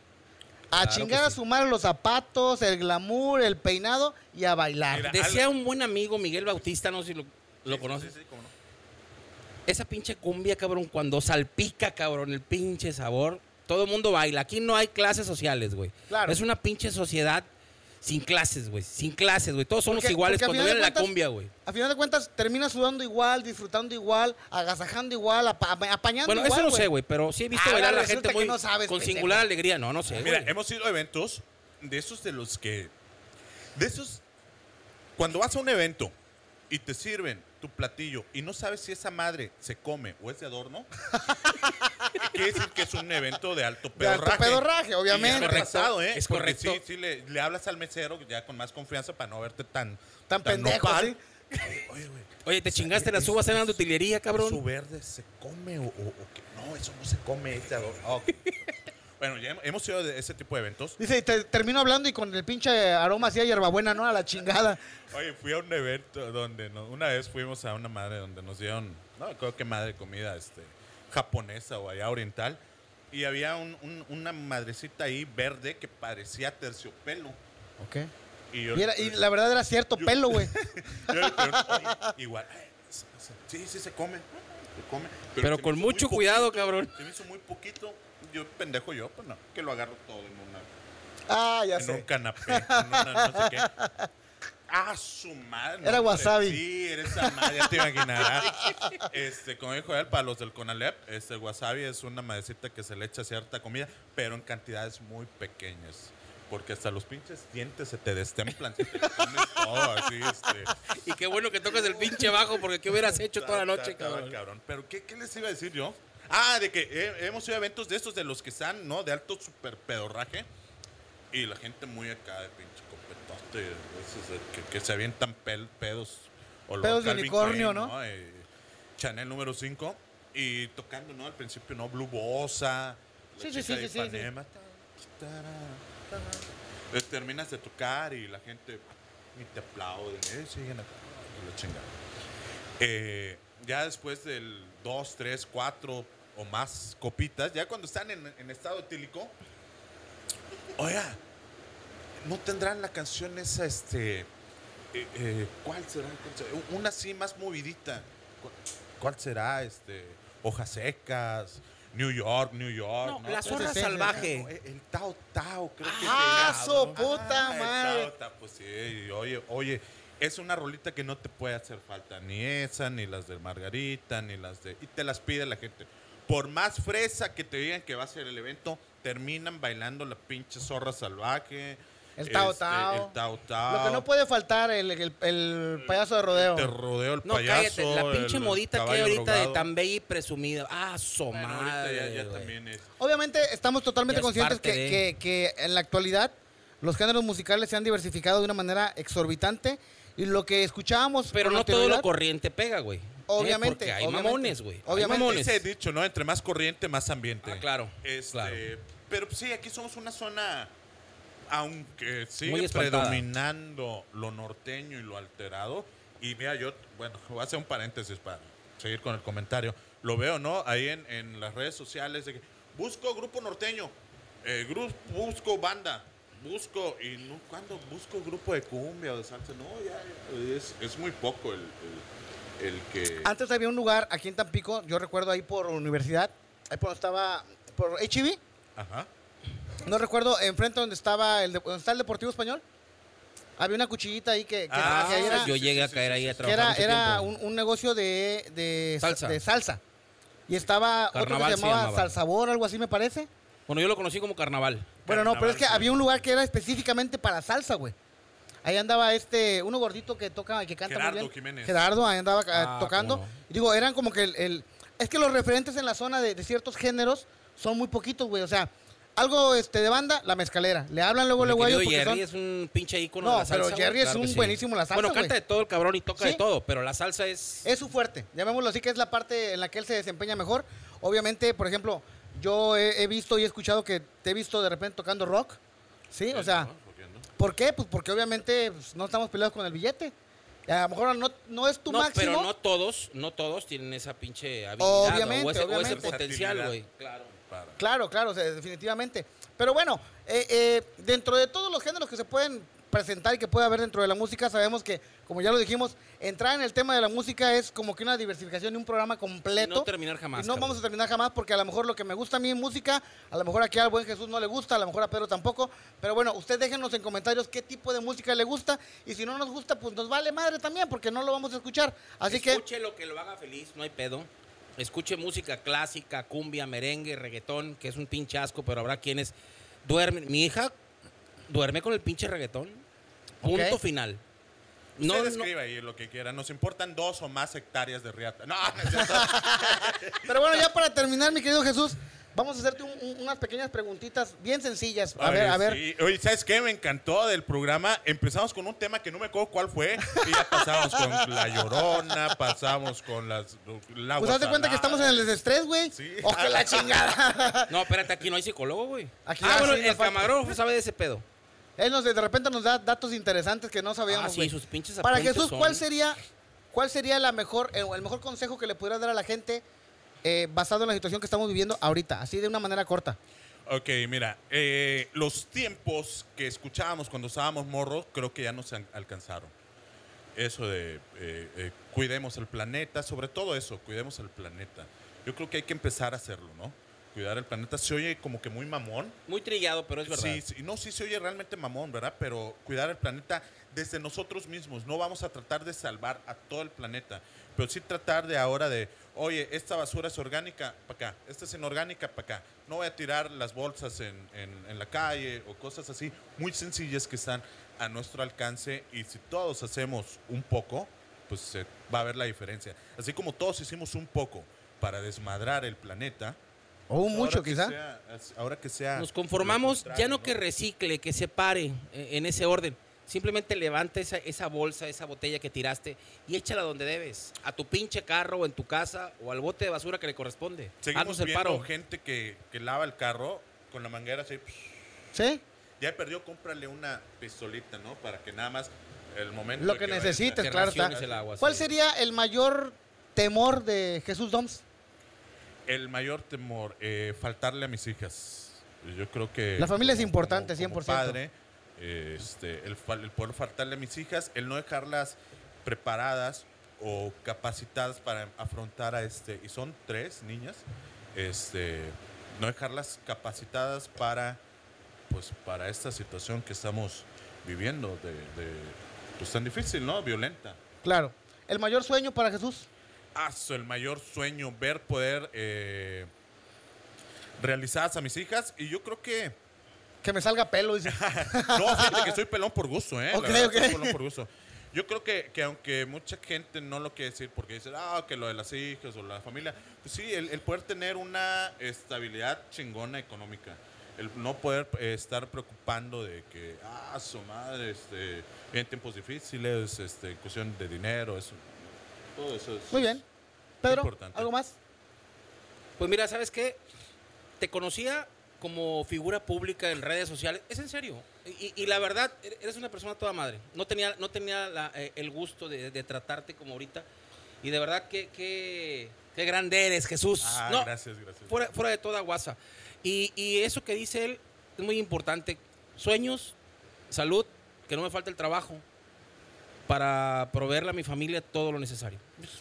Speaker 1: a
Speaker 2: Claro que
Speaker 1: chingar a
Speaker 2: sí.
Speaker 1: su madre los zapatos, el glamour, el peinado y a bailar.
Speaker 3: Mira,
Speaker 2: Decía un buen amigo, Miguel Bautista, no sé si lo, lo
Speaker 3: Sí,
Speaker 2: conoces.
Speaker 3: sí, sí, cómo no.
Speaker 2: Esa pinche cumbia, cabrón, cuando salpica, cabrón, el pinche sabor, todo el mundo baila. Aquí no hay clases sociales, güey.
Speaker 1: Claro.
Speaker 2: Es una pinche sociedad sin clases, güey. Sin clases, güey. Todos somos
Speaker 1: Porque-
Speaker 2: iguales
Speaker 1: porque a
Speaker 2: cuando
Speaker 1: final
Speaker 2: viene
Speaker 1: de
Speaker 2: la
Speaker 1: cuentas-
Speaker 2: cumbia, güey.
Speaker 1: A final de cuentas, terminas sudando igual, disfrutando igual, agasajando igual, apa- apañando
Speaker 2: Bueno,
Speaker 1: igual.
Speaker 2: eso no sé, güey, pero sí he visto
Speaker 1: Ahora
Speaker 2: bailar a la
Speaker 1: resulta
Speaker 2: gente
Speaker 1: que
Speaker 2: muy
Speaker 1: no sabes,
Speaker 2: con
Speaker 1: pendejo.
Speaker 2: singular alegría. No, no sé,
Speaker 3: Mira, em,
Speaker 2: güey.
Speaker 3: hemos ido a eventos de esos de los que. De esos Cuando vas a un evento y te sirven tu platillo y no sabes si esa madre se come o es de adorno, quiere decir que es un evento de alto
Speaker 1: De alto
Speaker 3: pedorraje.
Speaker 1: pedorraje, obviamente.
Speaker 3: Y Es correcto, ¿eh?
Speaker 2: Es
Speaker 3: Porque
Speaker 2: correcto.
Speaker 3: Sí, sí, le, le hablas al mesero ya con más confianza para no verte tan...
Speaker 1: Tan pendejo,
Speaker 3: nopal.
Speaker 1: ¿sí?
Speaker 3: Oye, güey.
Speaker 2: Oye, te chingaste las uvas en la utilería,
Speaker 3: ¿Su
Speaker 2: cabrón.
Speaker 3: verde se come o, o- o qué? No, eso no se come, este adorno. Ah, ok. bueno, ya hem- hemos ido de ese tipo de eventos.
Speaker 1: Dice, y te- termino hablando y con el pinche aroma así a hierbabuena, ¿no? A la chingada.
Speaker 3: Oye, fui a un evento donde no- una vez fuimos a una madre donde nos dieron, no creo que madre comida este, japonesa o allá oriental, y había un- un- una madrecita ahí verde que parecía terciopelo.
Speaker 1: Ok.
Speaker 3: Y yo
Speaker 1: Y, era- y la verdad era cierto
Speaker 3: Yo-
Speaker 1: pelo, güey.
Speaker 3: yo le pregunto, "Oye, igual, "Ay, se- se- sí, sí se come, se come.
Speaker 2: Pero
Speaker 3: se
Speaker 2: con
Speaker 3: me hizo muy
Speaker 2: mucho
Speaker 3: poquito,
Speaker 2: cuidado, cabrón.
Speaker 3: Se me hizo muy poquito. Yo, pendejo yo, pues no, que lo agarro todo en una
Speaker 1: Ah, ya
Speaker 3: en un
Speaker 1: sé.
Speaker 3: canapé, en una no sé qué. Ah, su madre.
Speaker 1: Era
Speaker 3: hombre,
Speaker 1: wasabi.
Speaker 3: Sí, era esa madre, ya te imaginarás. Este, como dijo él, para los del Conalep, este, el wasabi es una madrecita que se le echa cierta comida, pero en cantidades muy pequeñas. Porque hasta los pinches dientes se te destemplan. Se te comes todo así, este.
Speaker 2: Y qué bueno que tocas el pinche bajo, porque ¿qué hubieras hecho toda la noche,
Speaker 3: Estaba
Speaker 2: cabrón?
Speaker 3: Pero ¿qué, qué les iba a decir yo? Ah, de que eh, hemos ido a eventos de estos de los que están, ¿no? De alto super pedorraje. Y la gente muy acá de pinche copetote. esos de que, que se avientan pel- pedos. olor
Speaker 1: Pedos de
Speaker 3: Calvin
Speaker 1: unicornio, ¿no?
Speaker 3: Eh, Chanel número 5. Y tocando, ¿no? Al principio, ¿no? Blue Bossa. la
Speaker 1: Sí, sí,
Speaker 3: chica
Speaker 1: sí,
Speaker 3: de
Speaker 1: sí, sí, sí.
Speaker 3: Ipanema, ta, ta, ta, ta. Entonces, Terminas de tocar y la gente y te aplauden. Eh, siguen acá. y la chingada. Eh, ya después del 2, 3, 4 o más copitas, ya cuando están en, en estado etílico, oiga, ¿no tendrán la canción esa, este, eh, eh, ¿cuál, será, ¿Cuál será? U- Una así más movidita. ¿Cuál, cuál será, este, hojas secas, New York, New York?
Speaker 2: No, la
Speaker 1: pues,
Speaker 2: zorra
Speaker 1: ese-
Speaker 2: salvaje.
Speaker 3: No, el- el Tao Tao, creo que
Speaker 1: Ah,
Speaker 3: se llama,
Speaker 1: su
Speaker 3: ¿no?
Speaker 1: puta
Speaker 3: el
Speaker 1: madre.
Speaker 3: Tao Tao, pues sí, y oye, oye, es una rolita que no te puede hacer falta, ni esa, ni las de Margarita, ni las de... Y te las pide la gente. Por más fresa que te digan que va a ser el evento, terminan bailando la pinche zorra salvaje.
Speaker 1: El Tao
Speaker 3: este,
Speaker 1: Tao.
Speaker 3: El Tao
Speaker 1: Lo que no puede faltar, el, el- el payaso de rodeo.
Speaker 3: Te rodeo el
Speaker 2: No,
Speaker 3: payaso.
Speaker 2: cállate, la pinche
Speaker 3: el
Speaker 2: modita que hay
Speaker 3: caballo
Speaker 2: ahorita de
Speaker 3: drogado.
Speaker 2: tan bella y presumida. Ah, su
Speaker 3: Bueno, ahorita
Speaker 2: madre,
Speaker 3: ya, ya
Speaker 2: güey.
Speaker 3: también es...
Speaker 1: Obviamente estamos
Speaker 2: Ya
Speaker 1: totalmente
Speaker 2: es
Speaker 1: conscientes que,
Speaker 2: parte de-
Speaker 1: que- que en la actualidad los géneros musicales se han diversificado de una manera exorbitante y lo que escuchábamos
Speaker 2: Pero
Speaker 1: con
Speaker 2: no todo lo
Speaker 1: anterioridad-
Speaker 2: corriente pega, güey. ¿Eh?
Speaker 1: Obviamente,
Speaker 2: Porque hay
Speaker 1: obviamente.
Speaker 2: mamones, güey. Hay
Speaker 1: Obviamente.
Speaker 2: mamones.
Speaker 3: Ese dicho, ¿no? Entre más corriente, más ambiente.
Speaker 2: Ah, claro,
Speaker 3: Este,
Speaker 2: claro.
Speaker 3: Pero pues, sí, aquí somos una zona, aunque
Speaker 2: Muy
Speaker 3: sigue
Speaker 2: espantada.
Speaker 3: predominando lo norteño y lo alterado. Y mira, yo, bueno, voy a hacer un paréntesis para seguir con el comentario. Lo veo, ¿no? Ahí en, en las redes sociales de que busco grupo norteño, eh, gru- busco banda, busco, y no, cuando busco grupo de cumbia o de salsa, no, ya, ya, es, es muy poco el, el- el que...
Speaker 2: Ah.
Speaker 1: Antes había un lugar aquí en Tampico, yo recuerdo ahí por universidad, ahí por donde estaba, por E HIV,
Speaker 3: Ajá.
Speaker 1: no recuerdo, enfrente donde estaba el, de- donde está el Deportivo Español, había una cuchillita ahí que, que-
Speaker 3: Ah,
Speaker 1: que era,
Speaker 2: yo llegué a
Speaker 3: sí,
Speaker 2: caer
Speaker 3: sí,
Speaker 2: ahí
Speaker 3: sí,
Speaker 2: a
Speaker 3: sí.
Speaker 1: que era,
Speaker 2: trabajar.
Speaker 1: era
Speaker 2: mucho
Speaker 1: un,
Speaker 2: tiempo.
Speaker 1: un negocio de, de, sa-
Speaker 2: Salsa.
Speaker 1: de salsa. Y estaba
Speaker 2: Carnaval
Speaker 1: otro que
Speaker 2: se
Speaker 1: se llamaba
Speaker 2: llamaba.
Speaker 1: Salsabor, algo así me parece.
Speaker 2: Bueno, yo lo conocí como carnaval.
Speaker 1: Bueno, no, pero es que
Speaker 3: Carnaval, sí.
Speaker 1: había un lugar que era específicamente para salsa, güey. Ahí andaba este, uno gordito que toca, que canta
Speaker 3: Gerardo
Speaker 1: muy bien.
Speaker 3: Jiménez.
Speaker 1: Gerardo, ahí andaba ah,
Speaker 2: Ah,
Speaker 1: tocando.
Speaker 2: cómo no.
Speaker 1: Y Digo, eran como que el, el- Es que los referentes en la zona de, de ciertos géneros son muy poquitos, güey. O sea, algo este de banda, la mezcalera. Le hablan luego
Speaker 2: Mi
Speaker 1: le guayos
Speaker 2: querido
Speaker 1: porque
Speaker 2: Jerry
Speaker 1: son...
Speaker 2: es un pinche ícono
Speaker 1: No,
Speaker 2: de la salsa.
Speaker 1: pero
Speaker 2: güey,
Speaker 1: Jerry es un
Speaker 2: que sí.
Speaker 1: buenísimo en la salsa,
Speaker 2: Bueno, canta
Speaker 1: güey.
Speaker 2: de todo el cabrón y toca de
Speaker 1: Sí.
Speaker 2: todo, pero la salsa es...
Speaker 1: es su fuerte. Llamémoslo así, que es la parte en la que él se desempeña mejor. Obviamente, por ejemplo, yo he, he visto y he escuchado que te he visto de repente tocando rock. Sí, o sea...
Speaker 3: ¿por qué no?
Speaker 1: ¿Por qué? Pues porque obviamente pues, no estamos peleados con el billete. Y A lo mejor no, no es tu
Speaker 2: no,
Speaker 1: máximo.
Speaker 2: pero no todos, no todos tienen esa pinche habilidad
Speaker 1: Obviamente,
Speaker 2: o, ese, o ese
Speaker 1: obviamente.
Speaker 2: potencial, güey.
Speaker 3: Versatilidad.
Speaker 2: Claro.
Speaker 3: Para-
Speaker 1: Claro, claro, o sea, definitivamente. Pero bueno, eh, eh, dentro de todos los géneros que se pueden presentar y que puede haber dentro de la música, sabemos que, como ya lo dijimos, entrar en el tema de la música es como que una diversificación y un programa completo.
Speaker 2: Y no terminar jamás,
Speaker 1: Y no vamos
Speaker 2: cabrón.
Speaker 1: a terminar jamás porque a lo mejor lo que me gusta a mí en música, a lo mejor aquí al buen Jesús no le gusta, a lo mejor a Pedro tampoco. Pero bueno, ustedes déjenos en comentarios qué tipo de música le gusta y si no nos gusta, pues nos vale madre también porque no lo vamos a escuchar. Así que...
Speaker 2: Escuche lo que lo haga feliz, no hay pedo. Escuche música clásica, cumbia, merengue, reggaetón, que es un pinche asco, pero habrá quienes duermen. Mi hija duerme con el pinche reggaetón. Punto
Speaker 1: Ok.
Speaker 2: final. No,
Speaker 3: Usted
Speaker 2: no.
Speaker 3: escriba ahí lo que quiera. Nos importan dos o más hectáreas de riata. No, no es cierto.
Speaker 1: Pero bueno, ya para terminar, mi querido Jesús, vamos a hacerte un- un- unas pequeñas preguntitas bien sencillas. A ver,
Speaker 3: Ay,
Speaker 1: a ver.
Speaker 3: sí. Oye, ¿sabes qué? Me encantó del programa. Empezamos con un tema que no me acuerdo cuál fue. Y ya pasamos con La Llorona, pasamos con las... el agua
Speaker 1: Pues haz de cuenta que estamos en
Speaker 3: salada.
Speaker 1: el desestrés, güey.
Speaker 3: Sí.
Speaker 1: O que la chingada.
Speaker 2: No, espérate, aquí no hay psicólogo, güey.
Speaker 1: Aquí
Speaker 2: ah,
Speaker 1: ya
Speaker 2: bueno,
Speaker 1: sí,
Speaker 2: el
Speaker 1: aparte.
Speaker 2: camarógrafo sabe de ese pedo.
Speaker 1: Él nos, de repente nos da datos interesantes que no sabíamos.
Speaker 2: Ah, sí,
Speaker 1: güey.
Speaker 2: sus pinches
Speaker 1: Para
Speaker 2: apuntes
Speaker 1: Jesús,
Speaker 2: son-
Speaker 1: ¿cuál sería, cuál sería la mejor, el, el mejor consejo que le pudieras dar a la gente eh, basado en la situación que estamos viviendo ahorita? Así de una manera corta.
Speaker 3: Ok, mira, eh, los tiempos que escuchábamos cuando estábamos morros creo que ya no se han- alcanzaron. Eso de eh, eh, cuidemos el planeta, sobre todo eso, cuidemos el planeta. Yo creo que hay que empezar a hacerlo, ¿no? Cuidar el planeta se oye como que muy mamón.
Speaker 2: Muy trillado, pero es verdad.
Speaker 3: Sí, sí, no, sí se oye realmente mamón, ¿verdad? Pero cuidar el planeta desde nosotros mismos. No vamos a tratar de salvar a todo el planeta, pero sí tratar de ahora de, oye, esta basura es orgánica para acá, esta es inorgánica para acá. No voy a tirar las bolsas en, en- en la calle o cosas así muy sencillas que están a nuestro alcance y si todos hacemos un poco, pues se va a ver la diferencia. Así como todos hicimos un poco para desmadrar el planeta.
Speaker 1: O un mucho,
Speaker 3: ahora que
Speaker 1: quizá.
Speaker 3: sea- ahora que
Speaker 1: ah,
Speaker 3: sea...
Speaker 2: Nos
Speaker 3: lo
Speaker 2: conformamos,
Speaker 3: contrario,
Speaker 2: ya no que recicle, que separe eh, en ese orden. Simplemente levanta esa, esa bolsa, esa botella que tiraste y échala donde debes. A tu pinche carro, o en tu casa, o al bote de basura que le corresponde.
Speaker 3: Seguimos
Speaker 2: Haznos el
Speaker 3: viendo
Speaker 2: paro.
Speaker 3: gente que, que lava el carro con la manguera así. psh.
Speaker 1: ¿Sí?
Speaker 3: Ya perdió, cómprale una pistolita, ¿no? Para que nada más el momento.
Speaker 1: Lo
Speaker 3: de
Speaker 1: que
Speaker 3: vayas a-
Speaker 1: necesites,
Speaker 2: que
Speaker 1: claro está.
Speaker 2: raciones el agua,
Speaker 1: ¿Cuál
Speaker 2: sí.
Speaker 1: sería el mayor temor de Jesús Doms?
Speaker 3: El mayor temor, eh, faltarle a mis hijas. Yo creo que.
Speaker 1: La familia es importante,
Speaker 3: como
Speaker 1: 100%.
Speaker 3: padre, eh, este, el, fal- el poder faltarle a mis hijas, el no dejarlas preparadas o capacitadas para afrontar a este. Y son tres niñas. Este, no dejarlas capacitadas para, pues, para esta situación que estamos viviendo, de, de, pues tan difícil, ¿no? Violenta.
Speaker 1: Claro. ¿El mayor sueño para Jesús?
Speaker 3: Aso, el mayor sueño, ver poder eh, realizadas a mis hijas. Y yo creo que.
Speaker 1: Que me salga pelo. dice.
Speaker 3: No, fíjate que soy pelón por gusto, ¿eh? La
Speaker 1: Ok,
Speaker 3: verdad,
Speaker 1: ok.
Speaker 3: soy pelón por gusto. Yo creo que, que aunque mucha gente no lo quiere decir porque dice, ah, que lo de las hijas o la familia, pues sí, el, el poder tener una estabilidad chingona económica. El no poder eh, estar preocupando de que, ah, su madre, este, en tiempos difíciles, este, cuestión de dinero, eso. Todo eso es.
Speaker 1: Muy bien. Pedro,
Speaker 3: Importante.
Speaker 1: ¿algo más?
Speaker 2: Pues mira, ¿sabes qué? Te conocía como figura pública en redes sociales. Es en serio. Y, y la verdad, er- eres una persona toda madre. No tenía, no tenía la- eh, el gusto de, de tratarte como ahorita. Y de verdad, qué, qué, qué grande eres, Jesús.
Speaker 3: Ah,
Speaker 2: No,
Speaker 3: gracias, gracias.
Speaker 2: fuera, fuera de toda guasa. Y, y eso que dice él es muy importante. Sueños, salud, que no me falte el trabajo para proveerle a mi familia todo lo necesario.
Speaker 1: Mira,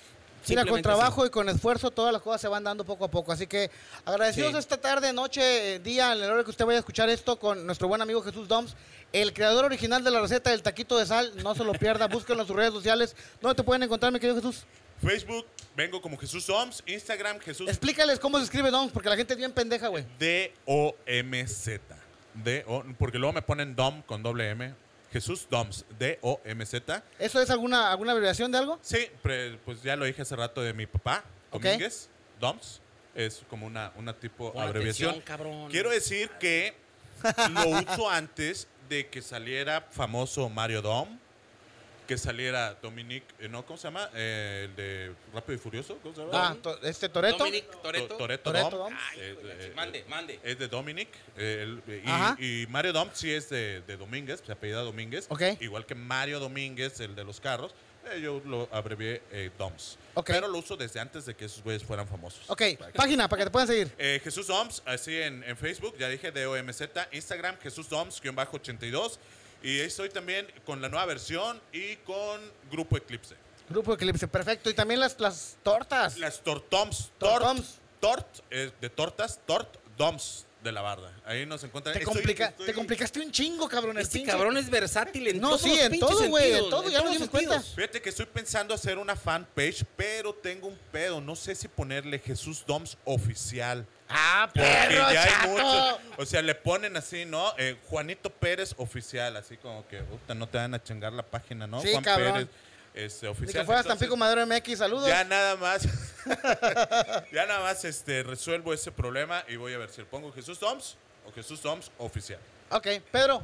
Speaker 2: Simplemente
Speaker 1: con
Speaker 2: así.
Speaker 1: trabajo y con esfuerzo todas las cosas se van dando poco a poco. Así que agradecidos
Speaker 2: Sí.
Speaker 1: esta tarde, noche, eh, día, en el hora que usted vaya a escuchar esto con nuestro buen amigo Jesús Doms, el creador original de la receta del taquito de sal. No se lo pierda, búsquenlo en sus redes sociales. ¿Dónde te pueden encontrar, mi querido Jesús?
Speaker 3: Facebook, vengo como Jesús Doms. Instagram, Jesús
Speaker 1: Explícales cómo se escribe Doms, porque la gente es bien pendeja, güey.
Speaker 3: D-O-M-Z. D -O, porque luego me ponen Dom con doble M. Jesús Doms, D-O-M-Z.
Speaker 1: ¿Eso es alguna, alguna abreviación de algo?
Speaker 3: Sí, pre- pues ya lo dije hace rato de mi papá,
Speaker 1: Ok.
Speaker 3: Domínguez, Doms. Es como una, una tipo
Speaker 2: Pon
Speaker 3: abreviación.
Speaker 2: atención, cabrón.
Speaker 3: Quiero decir que lo uso antes de que saliera famoso Mario Dom, que saliera Dominic, eh, ¿no? ¿Cómo se llama? Eh, el de Rápido y Furioso, ¿cómo se llama?
Speaker 1: Ah, to- este Toreto.
Speaker 2: Dominic Toretto.
Speaker 3: To- Toretto
Speaker 1: Toretto
Speaker 3: Dom.
Speaker 1: Dom.
Speaker 2: Ay,
Speaker 3: Eh,
Speaker 2: hijo de la
Speaker 3: eh,
Speaker 2: chi- mande,
Speaker 3: eh,
Speaker 2: mande.
Speaker 3: Es de Dominic. eh, él, eh, y-
Speaker 1: Ajá.
Speaker 3: y, Mario Dom sí es de, de Domínguez, se apellida Domínguez.
Speaker 1: Ok.
Speaker 3: Igual que Mario Domínguez, el de los carros. eh, yo lo abrevié eh, Doms.
Speaker 1: Ok.
Speaker 3: Pero lo uso desde antes de que esos güeyes fueran famosos.
Speaker 1: Ok, página para que te puedan seguir.
Speaker 3: Eh, Jesús Doms, así en, en Facebook, ya dije D-O-M-Z, Instagram, Jesús Doms-82. Y ahí estoy también con la nueva versión y con Grupo Eclipse.
Speaker 1: Grupo Eclipse, perfecto. Y también las, las tortas.
Speaker 3: Las Tortoms. Tort,
Speaker 1: Tortoms.
Speaker 3: Tort, eh, de tortas, Tort Doms. de la barda. Ahí nos encuentran.
Speaker 1: Te,
Speaker 3: Estoy-
Speaker 1: complica-
Speaker 3: estoy-
Speaker 1: te complicaste un chingo, cabrón. el
Speaker 2: Este
Speaker 1: pinche-
Speaker 2: cabrón es versátil en
Speaker 1: No,
Speaker 2: todos
Speaker 1: sí,
Speaker 2: los
Speaker 1: en
Speaker 2: pinches
Speaker 1: todo, güey, en
Speaker 2: sentidos,
Speaker 1: todo, ya nos
Speaker 2: todos los
Speaker 1: dimos
Speaker 2: sentidos.
Speaker 3: Fíjate que estoy pensando hacer una fanpage, pero tengo un pedo. No sé si ponerle Jesús Doms oficial.
Speaker 1: Ah,
Speaker 3: Porque
Speaker 1: perro,
Speaker 3: ya hay
Speaker 1: chato.
Speaker 3: muchos. O sea, le ponen así, ¿no? Eh, Juanito Pérez oficial, así como que, puta, no te van a chingar la página, ¿no?
Speaker 1: Sí,
Speaker 3: Juan
Speaker 1: cabrón.
Speaker 3: Pérez este,
Speaker 1: Ni
Speaker 3: oficial.
Speaker 1: que fueras
Speaker 3: Entonces,
Speaker 1: Tampico Madero MX, saludos.
Speaker 3: Ya nada más. ya nada más este, resuelvo ese problema y voy a ver si le pongo Jesús Doms o Jesús Doms oficial.
Speaker 1: Ok, Pedro,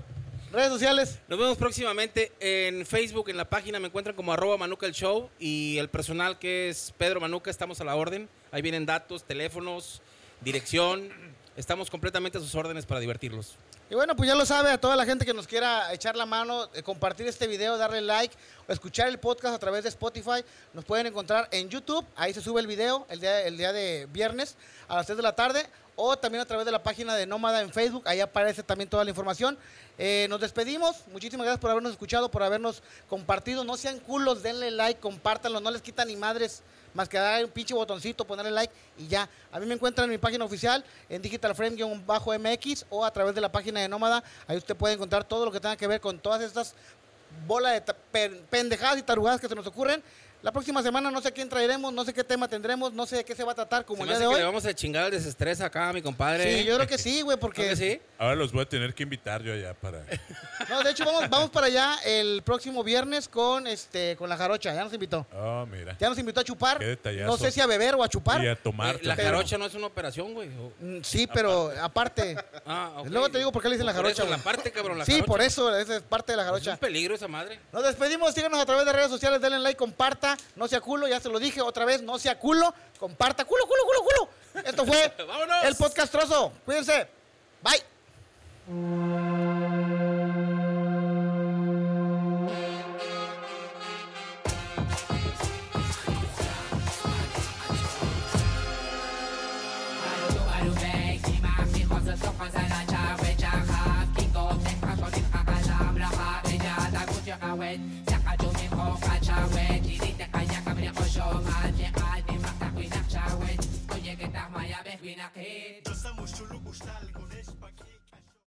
Speaker 1: redes sociales.
Speaker 2: Nos vemos próximamente en Facebook, en la página me encuentran como arroba Manuca el Show y el personal que es Pedro Manuca, estamos a la orden. Ahí vienen datos, teléfonos, dirección. Estamos completamente a sus órdenes para divertirlos.
Speaker 1: Y bueno, pues ya lo sabe, a toda la gente que nos quiera echar la mano, eh, compartir este video, darle like o escuchar el podcast a través de Spotify, nos pueden encontrar en YouTube, ahí se sube el video el día, el día de viernes a las 3 de la tarde o también a través de la página de Nómada en Facebook, ahí aparece también toda la información. Eh, nos despedimos, muchísimas gracias por habernos escuchado, por habernos compartido, no sean culos, denle like, compártanlo, no les quita ni madres. Más que dar un pinche botoncito, ponerle like y ya. A mí me encuentran en mi página oficial, en digitalframe-mx o a través de la página de Nómada. Ahí usted puede encontrar todo lo que tenga que ver con todas estas bolas de ta- pen- pendejadas y tarugadas que se nos ocurren. La próxima semana no sé quién traeremos, no sé qué tema tendremos, no sé de qué se va a tratar como
Speaker 2: Se
Speaker 1: el
Speaker 2: me
Speaker 1: día
Speaker 2: hace
Speaker 1: de
Speaker 2: que le
Speaker 1: hoy.
Speaker 2: vamos a chingar al desestrés acá, mi compadre.
Speaker 1: Sí, yo creo que sí, güey,
Speaker 2: ¿Creo
Speaker 1: porque...
Speaker 2: que sí?
Speaker 3: Ahora los voy a tener que invitar yo allá para.
Speaker 1: No, de hecho, vamos, vamos para allá el próximo viernes con, este, con la jarocha. Ya nos invitó.
Speaker 3: Oh, mira.
Speaker 1: Ya nos invitó a chupar.
Speaker 3: Qué detallazo.
Speaker 1: No sé si a beber o a chupar.
Speaker 3: Y a tomar.
Speaker 2: Eh, la
Speaker 1: Pero-
Speaker 2: jarocha no es una operación, güey. O-
Speaker 1: Mm, Sí, pero aparte.
Speaker 2: Ah, ok.
Speaker 1: Luego te digo por qué le dicen la
Speaker 2: Por
Speaker 1: jarocha,
Speaker 2: eso, la
Speaker 1: güey.
Speaker 2: parte, cabrón, la
Speaker 1: sí,
Speaker 2: jarocha. Pues
Speaker 1: por eso, esa es parte de la
Speaker 2: Es un
Speaker 1: jarocha.
Speaker 2: peligro esa madre.
Speaker 1: Nos despedimos, síganos a través de redes sociales, denle like, comparta, no sea culo, ya se lo dije otra vez, no sea culo, comparta, culo, culo, culo, culo. Esto fue
Speaker 2: Vámonos.
Speaker 1: el podcast trozo. Cuídense. Bye.
Speaker 4: Nós estamos chulo, gostar, algo de espaguete.